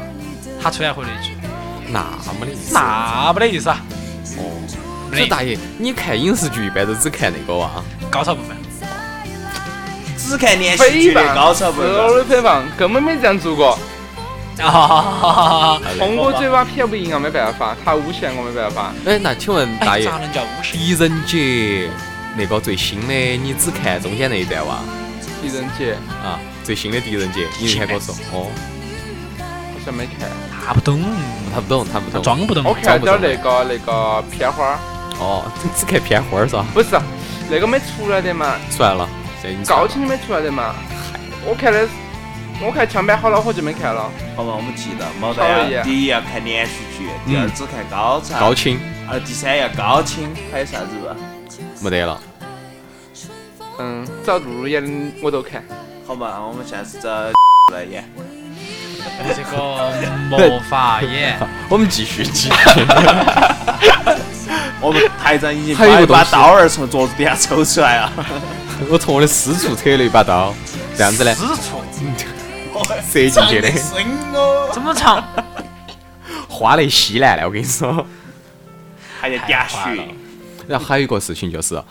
Speaker 7: 他突然回了一句：“
Speaker 1: 那么的意思。
Speaker 7: 那没得意思啊，
Speaker 1: 所哦以大爷，你看影视剧一般都只看那个啊哇，
Speaker 7: 高潮部分。
Speaker 6: 只看连续
Speaker 2: 诽
Speaker 6: 剧的
Speaker 2: 谤，
Speaker 6: 高潮部
Speaker 2: 是我
Speaker 6: 分。
Speaker 2: 的诽谤，根本没这样做过。”
Speaker 7: 啊，
Speaker 2: 通过嘴巴撇不赢啊，没办法，他诬陷我没办法。
Speaker 1: 哎，那请问大
Speaker 7: 哎，
Speaker 1: 爷
Speaker 7: 咋，能叫巫师？
Speaker 1: 狄仁杰那个最新的，你只看中间那一段哇？
Speaker 2: 狄仁杰
Speaker 1: 啊，最新的狄仁杰，你看我说，哦，
Speaker 2: 好像没看，
Speaker 7: 他不懂，
Speaker 1: 他不懂，他不懂，
Speaker 7: 装不
Speaker 2: 我
Speaker 7: 懂。
Speaker 2: 看了点儿那个那个片花儿，
Speaker 1: 哦， 只看片花儿是吧？
Speaker 2: 不是那个没出来的嘛，
Speaker 1: 出来了，这已经出来
Speaker 2: 高
Speaker 1: 了
Speaker 2: 清的没出来的嘛。我看的，我看枪版好恼火就没看了。
Speaker 6: 好吧，我们记到，毛
Speaker 2: 稍
Speaker 6: 蛋
Speaker 2: 微一
Speaker 6: 要
Speaker 2: 样
Speaker 6: 第一要看连续剧，第二
Speaker 1: 嗯
Speaker 6: 只看高潮，
Speaker 1: 高清
Speaker 6: 啊，第三要高清，还有啥子不？
Speaker 1: 没得了。
Speaker 2: 嗯，只要露露演的我都看。
Speaker 6: 好吧，我们下次找 来演。
Speaker 7: 这个 魔法眼，
Speaker 1: 我们继续继续，
Speaker 6: 我们台长已经
Speaker 1: 还有
Speaker 6: 把
Speaker 1: 一
Speaker 6: 一
Speaker 1: 个
Speaker 6: 把
Speaker 1: 东西
Speaker 6: 刀儿从桌子底下抽出来 了。
Speaker 1: 我从我的私处扯了一把刀，这样子呢，
Speaker 7: 知 错
Speaker 1: 射进去的，
Speaker 6: 深
Speaker 1: 啊
Speaker 6: 哦，
Speaker 7: 这么长，
Speaker 1: 花蕾稀烂的，我跟你说。
Speaker 6: 还在点血。
Speaker 1: 然后还有一个事情就是，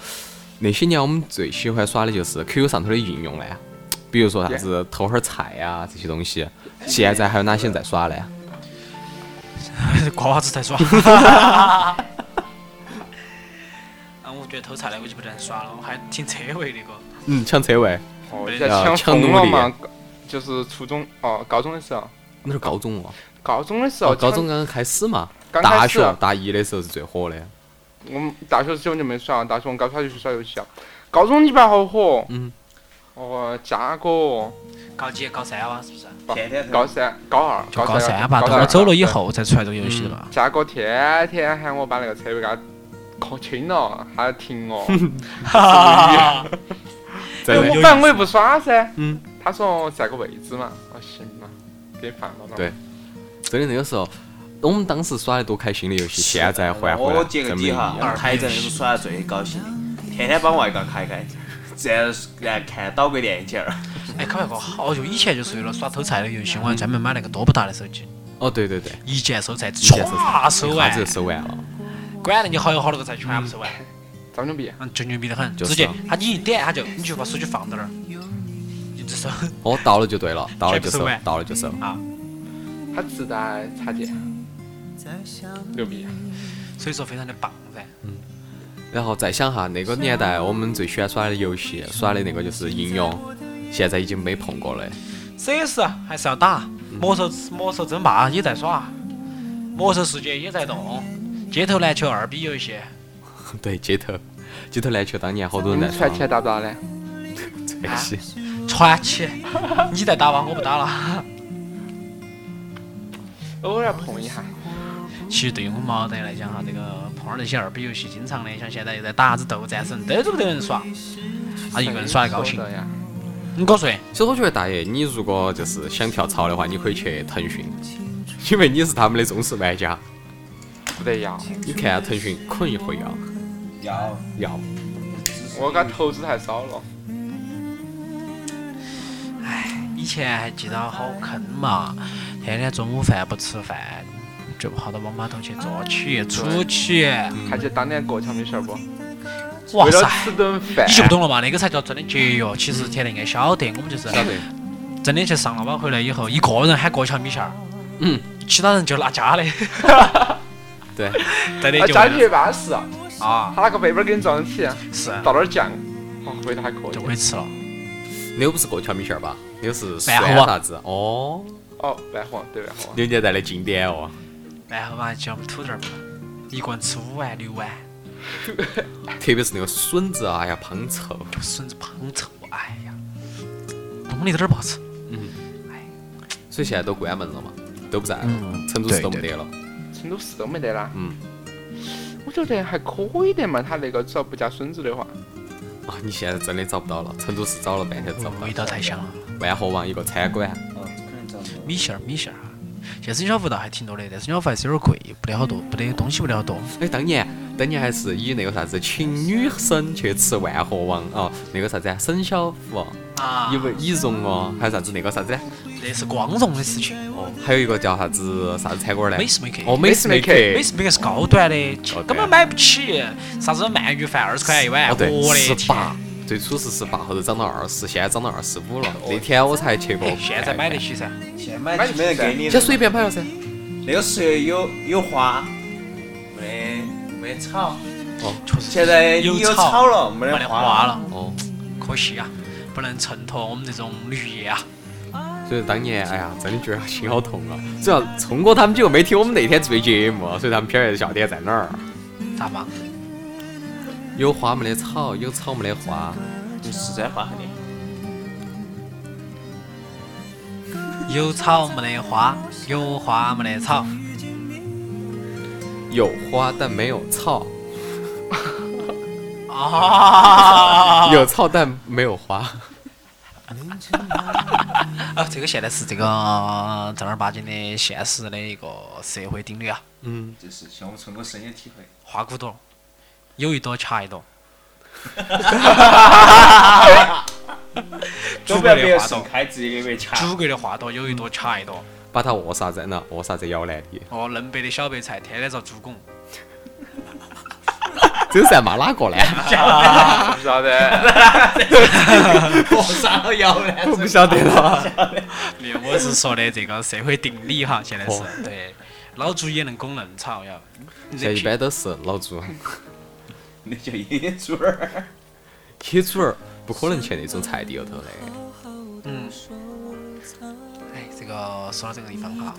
Speaker 1: 那些年我们最喜欢耍的就是 QQ 上头的应用呢，比如说啥子偷会儿菜呀、这些东西。现在还有哪些人在耍呢？
Speaker 7: 瓜娃子才耍。 啊，我觉得偷菜的我就不能耍了，我还挺车位那个。
Speaker 1: 嗯，抢车位，
Speaker 2: 哦，
Speaker 7: 对
Speaker 2: 人家
Speaker 1: 啊
Speaker 2: 抢
Speaker 1: 抢
Speaker 2: 疯
Speaker 1: 奴
Speaker 2: 了
Speaker 1: 隶
Speaker 2: 嘛，就是初中哦，高中的时候，
Speaker 1: 那是高中哦，
Speaker 2: 高中的时候，
Speaker 1: 哦，高中刚刚开始啊哎嘛，
Speaker 2: 刚开始
Speaker 1: 大学大一的时候是最火的。
Speaker 2: 我们大学之后就没耍，大学我们高中就去耍游戏了。高中你把好火，
Speaker 1: 嗯，
Speaker 2: 哦，加个
Speaker 7: 高几？高三啊哇，是不是？
Speaker 6: 天天
Speaker 2: 高三、高二、
Speaker 7: 就
Speaker 1: 啊
Speaker 2: 高
Speaker 7: 三啊吧，
Speaker 2: 高
Speaker 7: 到
Speaker 2: 三
Speaker 7: 我走了以，后才出来这个游戏的吧。
Speaker 2: 加哥天天喊我把那个车位给他搞清了，哦他停了，
Speaker 1: 嗯
Speaker 7: 哈，
Speaker 1: 真的
Speaker 2: 我反正我也不耍噻。
Speaker 1: 嗯，
Speaker 2: 他说占个位置嘛，我行嘛，给放了嘛。
Speaker 1: 对真的那个时候，我们当时耍的多开心的游戏，现在还回
Speaker 6: 我
Speaker 1: 来
Speaker 6: 接个
Speaker 1: 真没
Speaker 6: 底哈
Speaker 1: 意义，
Speaker 7: 二
Speaker 6: 台长是耍的最高兴的，天天把外杠开开，这样是来看岛国电影去了。
Speaker 7: 哎，考那个好久以前就是为了耍偷菜的游戏，我还专门买了个多不大的手机，
Speaker 1: 哦，对对对，
Speaker 7: 一键收菜，
Speaker 1: 键收菜
Speaker 7: 歘收
Speaker 1: 一
Speaker 7: 完
Speaker 1: 下子，就收完了。
Speaker 7: 管了你好友好多个菜，全部收完，
Speaker 2: 张牛逼，
Speaker 7: 嗯，就牛逼得很，
Speaker 1: 就是啊
Speaker 7: 直接他你一点他就你就把手机放到那儿，一直收。
Speaker 1: 哦，到了就对了，到了就
Speaker 7: 全部收
Speaker 1: 收
Speaker 7: 完，
Speaker 1: 到了就收。
Speaker 2: 他自带插件，牛逼。
Speaker 7: 所以说非常的棒噻。
Speaker 1: 然后再想哈，那个年代我们最喜欢耍的游戏，耍的那个就是应用，现在已经没碰过了。
Speaker 7: CS 还是要打，
Speaker 1: 嗯
Speaker 7: 魔兽魔兽争霸也在耍，魔兽世界也在动，街头篮球二比有一些，
Speaker 1: 对，街头街头篮球当年好多
Speaker 2: 你
Speaker 1: 人在
Speaker 2: 们传
Speaker 1: 打
Speaker 2: 奇还打不打呢？
Speaker 6: 嗯
Speaker 1: 传 奇，
Speaker 7: 传奇，你在打吧，我不打了。
Speaker 2: 偶尔碰一下。
Speaker 7: 其实对于我们茅台来讲哈，这个碰儿那些二逼游戏，经常的像现在又在打子斗战神，都都不得人耍，他一个人耍得高兴
Speaker 2: 说。的呀。
Speaker 7: 你给我睡，
Speaker 1: 所以我觉得大爷，你如果就是想跳槽的话，你可以去腾讯，因为你是他们的忠实玩家。
Speaker 2: 不得要，
Speaker 1: 你看下腾讯可能会要
Speaker 6: 要
Speaker 1: 要，
Speaker 2: 我给他投资太少了。
Speaker 7: 以前还记得好坑嘛，天天中午饭不吃饭，就跑到网吧头去坐起、出去，
Speaker 2: 还记得当年过桥米线不？
Speaker 7: 哇
Speaker 2: 为了
Speaker 7: 塞！
Speaker 2: 吃顿饭
Speaker 7: 你，就不懂了嘛，那个才叫真的节约。哦其实天天应该晓得，我们就是
Speaker 1: 晓得？
Speaker 7: 真的去上了班回来以后，一个人喊过桥米线儿，
Speaker 1: 嗯，
Speaker 7: 其他人就拿家的，
Speaker 1: 对，
Speaker 7: 在那
Speaker 2: 啊，
Speaker 7: 就
Speaker 2: 家里一巴适，
Speaker 7: 啊，
Speaker 2: 他那个背包给你装起，
Speaker 7: 是
Speaker 2: 倒点酱，哦，味道还可
Speaker 7: 就
Speaker 2: 以
Speaker 7: 可。以吃了。
Speaker 1: 那个不是过桥米线儿吧？那个是
Speaker 7: 饭后
Speaker 1: 酸
Speaker 7: 啊
Speaker 1: 啥子？哦，
Speaker 2: 哦，拌黄，对拌黄。
Speaker 1: 六年代的经典哦。
Speaker 7: 然后嘛，就哎我们土豆儿嘛，一个人吃五碗六碗，
Speaker 1: 特别是那个笋子啊，哎呀，胖臭。
Speaker 7: 笋子胖臭，哎呀，东的有点儿不好吃。
Speaker 1: 所以现在都关门了嘛，都不在了，
Speaker 7: 嗯
Speaker 1: 成都市都没得了。
Speaker 2: 成都市都没得啦。
Speaker 1: 嗯。
Speaker 2: 我觉得还可以的嘛，他那个只要不加笋子的话，
Speaker 1: 啊，你现在真的找不到了，成都市找了半天找不到
Speaker 7: 味。道太香了，
Speaker 1: 万和王一个餐馆，
Speaker 7: 米线儿米线儿哈，现在生小味道还挺多的，但是生小还是有点贵，不得好多，不得东西不得好多。
Speaker 1: 哎，当年当年还是以那个啥子请女生去吃万和王哦，那个啥子啊沈小福哦，
Speaker 7: 啊
Speaker 1: 以为以容哦，还有啥子那个啥子呢，
Speaker 7: 那是光荣的事情。
Speaker 1: 哦，还有一个叫啥子啥子餐馆呢？
Speaker 7: 美式美客
Speaker 1: 哦，美式美客，
Speaker 7: 美式饼干是高端的，根本买不起，啥子鳗鱼饭二十块一碗，
Speaker 1: 哦
Speaker 7: 我的
Speaker 1: 对，十
Speaker 7: 天！
Speaker 1: 八，最初是十八，后头涨到二十，现在涨到二十五了。那天我才去过
Speaker 7: 哎，哦 现在买得起噻，
Speaker 6: 现买就没得给你
Speaker 1: 人家随便买了噻。
Speaker 6: 那个是有有花，没得没得草。
Speaker 7: 确实。
Speaker 6: 现在
Speaker 7: 有
Speaker 6: 你有
Speaker 7: 草
Speaker 6: 草了，没
Speaker 7: 没
Speaker 6: 得
Speaker 7: 得
Speaker 6: 花
Speaker 7: 花
Speaker 6: 了。
Speaker 7: 了，
Speaker 1: 哦，
Speaker 7: 可惜啊，不能衬托我们这种绿叶啊。
Speaker 1: 所以当年，哎呀，真的觉得心好痛啊！主要聪哥他们几个没听我们那天做节目，所以他们晓得笑点在哪儿。
Speaker 7: 咋办？
Speaker 1: 有花没得草，有草没得花。
Speaker 6: 你四川话很厉害，
Speaker 7: 有草没得花，有花没得 草。
Speaker 1: 有花但没有草，
Speaker 7: 啊！
Speaker 1: 有草但没有花。
Speaker 7: 啊，这个现在是这个正儿八经的现实的一个社会定律啊，
Speaker 1: 嗯，
Speaker 6: 这是像我从我深有体会。
Speaker 7: 花骨朵，有一朵掐一朵。
Speaker 6: 都
Speaker 7: 都
Speaker 6: 不
Speaker 7: 不
Speaker 6: 要别
Speaker 7: 要别
Speaker 6: 人
Speaker 7: 人
Speaker 6: 盛
Speaker 7: 盛
Speaker 6: 开自己的围墙。
Speaker 7: 祖国的花朵有一朵掐一朵，
Speaker 1: 把它扼杀在哪？扼杀在摇篮里。
Speaker 7: 哦，嫩白的小白菜，天天遭猪 拱。
Speaker 1: 这是在骂哪个呢？
Speaker 2: 不晓得。
Speaker 6: 我杀了摇篮
Speaker 1: 我不晓得 了。
Speaker 7: 没有我是哦说的这个社会定理 哈，现在是对，老猪也能拱嫩草呀。
Speaker 1: 现在一般都是老朱、
Speaker 6: 那叫野猪儿。
Speaker 1: 野猪儿，不可能去那种菜地里头的。
Speaker 7: 嗯，哎，这个说到这个地方哈，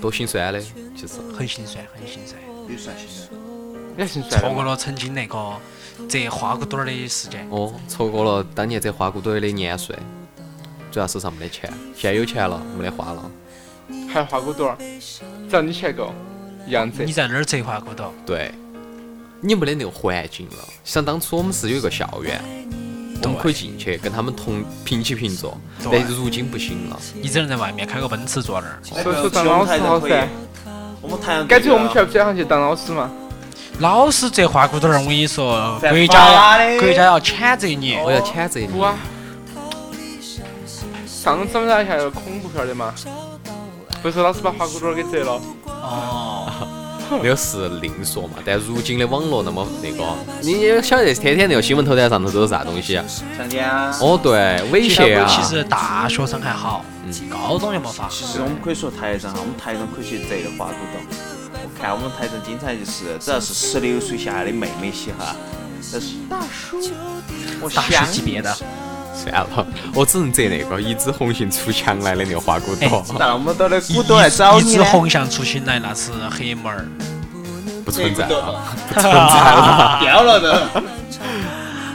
Speaker 1: 多心酸的，其实。
Speaker 7: 很心酸，很心酸，
Speaker 6: 你算心酸。
Speaker 2: 你还姓帅
Speaker 7: 错
Speaker 2: 的
Speaker 7: 过
Speaker 2: 吗？
Speaker 7: 了曾经那个摘花骨朵儿的时间。
Speaker 1: 哦，错过了当年摘花骨朵的年岁，主要手上没得钱，现在有钱了，没得花了。
Speaker 2: 还有花骨朵儿，只要你钱够，一样子
Speaker 7: 你。在哪儿摘花骨朵？
Speaker 1: 对，你没得那个环境了。想当初我们是有一个校园，我们
Speaker 7: 对
Speaker 1: 可以进去跟他们同平起平坐，
Speaker 7: 对
Speaker 1: 但如今不行了。
Speaker 7: 你只能在外面开个奔驰坐那儿。
Speaker 2: 所以说当老师好噻，
Speaker 6: 我们谈
Speaker 2: 干脆我们全部转行去当老师嘛。
Speaker 7: 老师摘花骨朵儿，我跟你说，
Speaker 6: 在哦
Speaker 7: 国
Speaker 6: 发
Speaker 7: 家
Speaker 6: 嘞
Speaker 7: 国家要谴责你。
Speaker 1: 我哦要谴责你
Speaker 2: 不，啊。上次我们俩看有恐怖片儿的嘛，不是说老师把花骨朵儿给摘了，
Speaker 7: 哦，
Speaker 1: 那个是另说嘛。但如今的网络那么那个，你也晓得，天天那个新闻头条上头都是啥东西？
Speaker 6: 上天啊。
Speaker 1: 哦，对，猥亵啊。
Speaker 7: 其实大学生还好，高中就没法。
Speaker 6: 其嗯实我们可以说台上哈，我们台上可以去摘花骨朵。我看我们台上经常就是，只要是十六岁以下的妹妹些哈，那是大叔，我
Speaker 7: 大
Speaker 6: 想
Speaker 7: 师级别的，
Speaker 1: 算了，我只能择那个一枝红杏出墙来的那个花 骨朵，
Speaker 6: 那么多的股东来找
Speaker 7: 一
Speaker 6: 你
Speaker 7: 只
Speaker 6: 呢，
Speaker 7: 红象出新来，那是黑猫儿。
Speaker 1: 不存在了， 不存在了。
Speaker 6: 啊掉了都。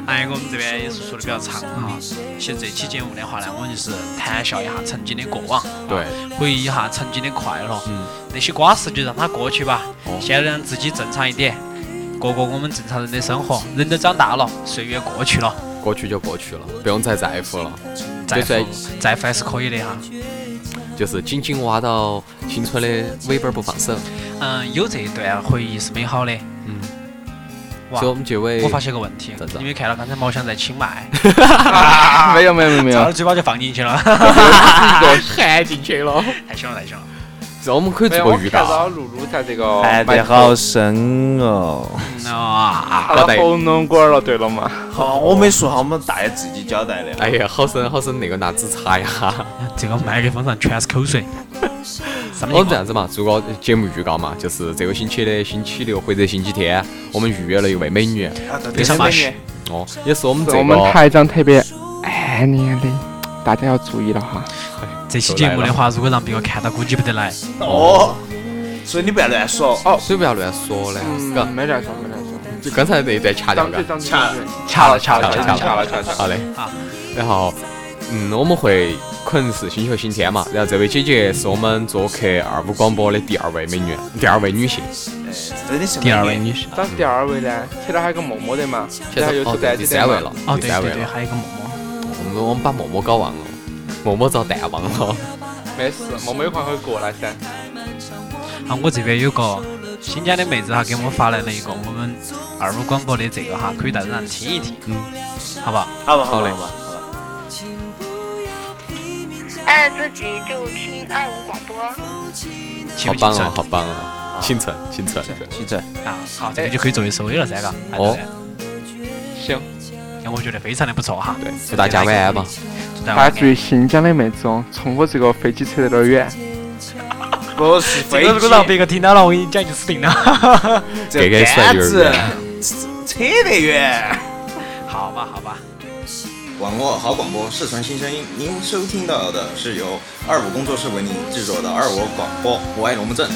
Speaker 7: 哎，我们这边也是说的比较长哈。其实这期节目的话呢，我们就是谈笑一下曾经的过往，
Speaker 1: 对，
Speaker 7: 回忆一下曾经的快乐。
Speaker 1: 嗯，
Speaker 7: 那些瓜事就让它过去吧
Speaker 1: 哦，
Speaker 7: 现在让自己正常一点，过过我们正常人的生活。人都长大了，岁月过去了，
Speaker 1: 过去就过去了，不用再在乎了，
Speaker 7: 再
Speaker 1: 在
Speaker 7: 复再复还是可以的哈。
Speaker 1: 就是紧紧挖到青春的尾巴儿不放手。
Speaker 7: 嗯，有这一段回忆是美好的。
Speaker 1: 嗯，
Speaker 7: 哇
Speaker 1: 所以，我们结尾
Speaker 7: 我发现个问题
Speaker 1: 咋子，
Speaker 7: 你没看到刚才毛翔在 清迈，
Speaker 2: 没有没有没有没有
Speaker 1: 啊
Speaker 7: 照，着嘴巴就放进去了，
Speaker 1: 含进去了，
Speaker 7: 太凶了太凶了。
Speaker 1: 这我们可以
Speaker 2: 没
Speaker 1: 做
Speaker 2: 有，
Speaker 1: 个
Speaker 2: 我
Speaker 1: 预
Speaker 2: 看
Speaker 1: 告。
Speaker 2: 到露露在这个
Speaker 6: 含得哎好深哦。
Speaker 7: 嗯啊，
Speaker 2: 他的喉咙管儿了，对了嘛？
Speaker 6: 好，我没说好，我们大家自己交代的。
Speaker 1: 哎呀，好生好生，那个拿纸擦一 下。
Speaker 7: 这个麦克风上全是口水。什
Speaker 1: 我
Speaker 7: 么
Speaker 1: 们这样子嘛，做个节目预告嘛，就是这个星期的星期六或者星期天，我们预约了一位美女，
Speaker 6: 啊，对
Speaker 7: 非常
Speaker 6: 对
Speaker 7: 巴
Speaker 6: 对
Speaker 7: 适
Speaker 6: 对
Speaker 1: 哦，也是我们这
Speaker 2: 是
Speaker 1: 个
Speaker 2: 我们台长特别哎暗恋的，大家要注意了哈。
Speaker 7: 这期节目的话，如果让别个看到，估计不得来。
Speaker 6: 哦，所以你不要乱说。
Speaker 1: 哦，所以不要乱说嘞，嘎、
Speaker 2: 没啥说，没啥说。
Speaker 1: 就刚才那一段哎掐掉，
Speaker 2: 嗯张
Speaker 1: 嘎
Speaker 2: 嘴，。张嘴，张嘴
Speaker 7: 掐了掐
Speaker 1: 了掐了
Speaker 2: 掐了掐了
Speaker 1: 好嘞，
Speaker 7: 好。
Speaker 1: 然后，嗯，我们会可能是星期六、星期天嘛。然后这位姐姐是我们做客二五广播的第二位美女，第二位女性。
Speaker 6: 哎真的是
Speaker 7: 第二位女士。
Speaker 2: 当时第二位呢，前头还有个默默的嘛，
Speaker 1: 现在
Speaker 2: 又
Speaker 1: 哦
Speaker 2: 是在，
Speaker 1: 第三位了，
Speaker 7: 哦，
Speaker 1: 第
Speaker 7: 对
Speaker 1: 三位
Speaker 7: 对对，
Speaker 1: 了。
Speaker 7: 还有一个默默。
Speaker 1: 我们我们把默默搞忘了，默默遭淡忘了。
Speaker 2: 没事，默默一会儿会过来噻。
Speaker 7: 啊，我这边有个新疆的妹子哈，给我们发来了一个我们二五广播的这个哈，可以大家让听一听，
Speaker 1: 嗯，
Speaker 7: 好不好？
Speaker 6: 好吧，好
Speaker 1: 好嘞
Speaker 6: 吧，好吧好吧。
Speaker 4: 爱自己就听爱五广播。
Speaker 7: 清
Speaker 1: 好
Speaker 7: 不清
Speaker 1: 棒
Speaker 7: 楚
Speaker 1: 哦，好棒哦，清晨，清晨。
Speaker 6: 行程，
Speaker 7: 啊，好，这个就可以作为收尾了噻，嘎。
Speaker 1: 哦
Speaker 2: 行，
Speaker 7: 那我觉得非常的不错哈。
Speaker 1: 对，祝大家晚安吧。
Speaker 7: 祝大家
Speaker 2: 大
Speaker 7: 晚
Speaker 2: 家注
Speaker 7: 安。
Speaker 2: 意新疆的妹子哦，从我这个飞机扯得有点远。
Speaker 6: 不是
Speaker 7: 这
Speaker 6: 飞
Speaker 7: 个如果让
Speaker 6: 机，
Speaker 7: 别个听到了，我跟你讲就死定了。
Speaker 1: 这个甩
Speaker 6: 杆
Speaker 1: 有
Speaker 6: 子
Speaker 1: 点远，
Speaker 6: 扯得远。
Speaker 7: 好吧，好吧。
Speaker 3: 网络好广播，四川新声音。您收听到的是由二五工作室为您制作的二五广播，我爱龙门阵，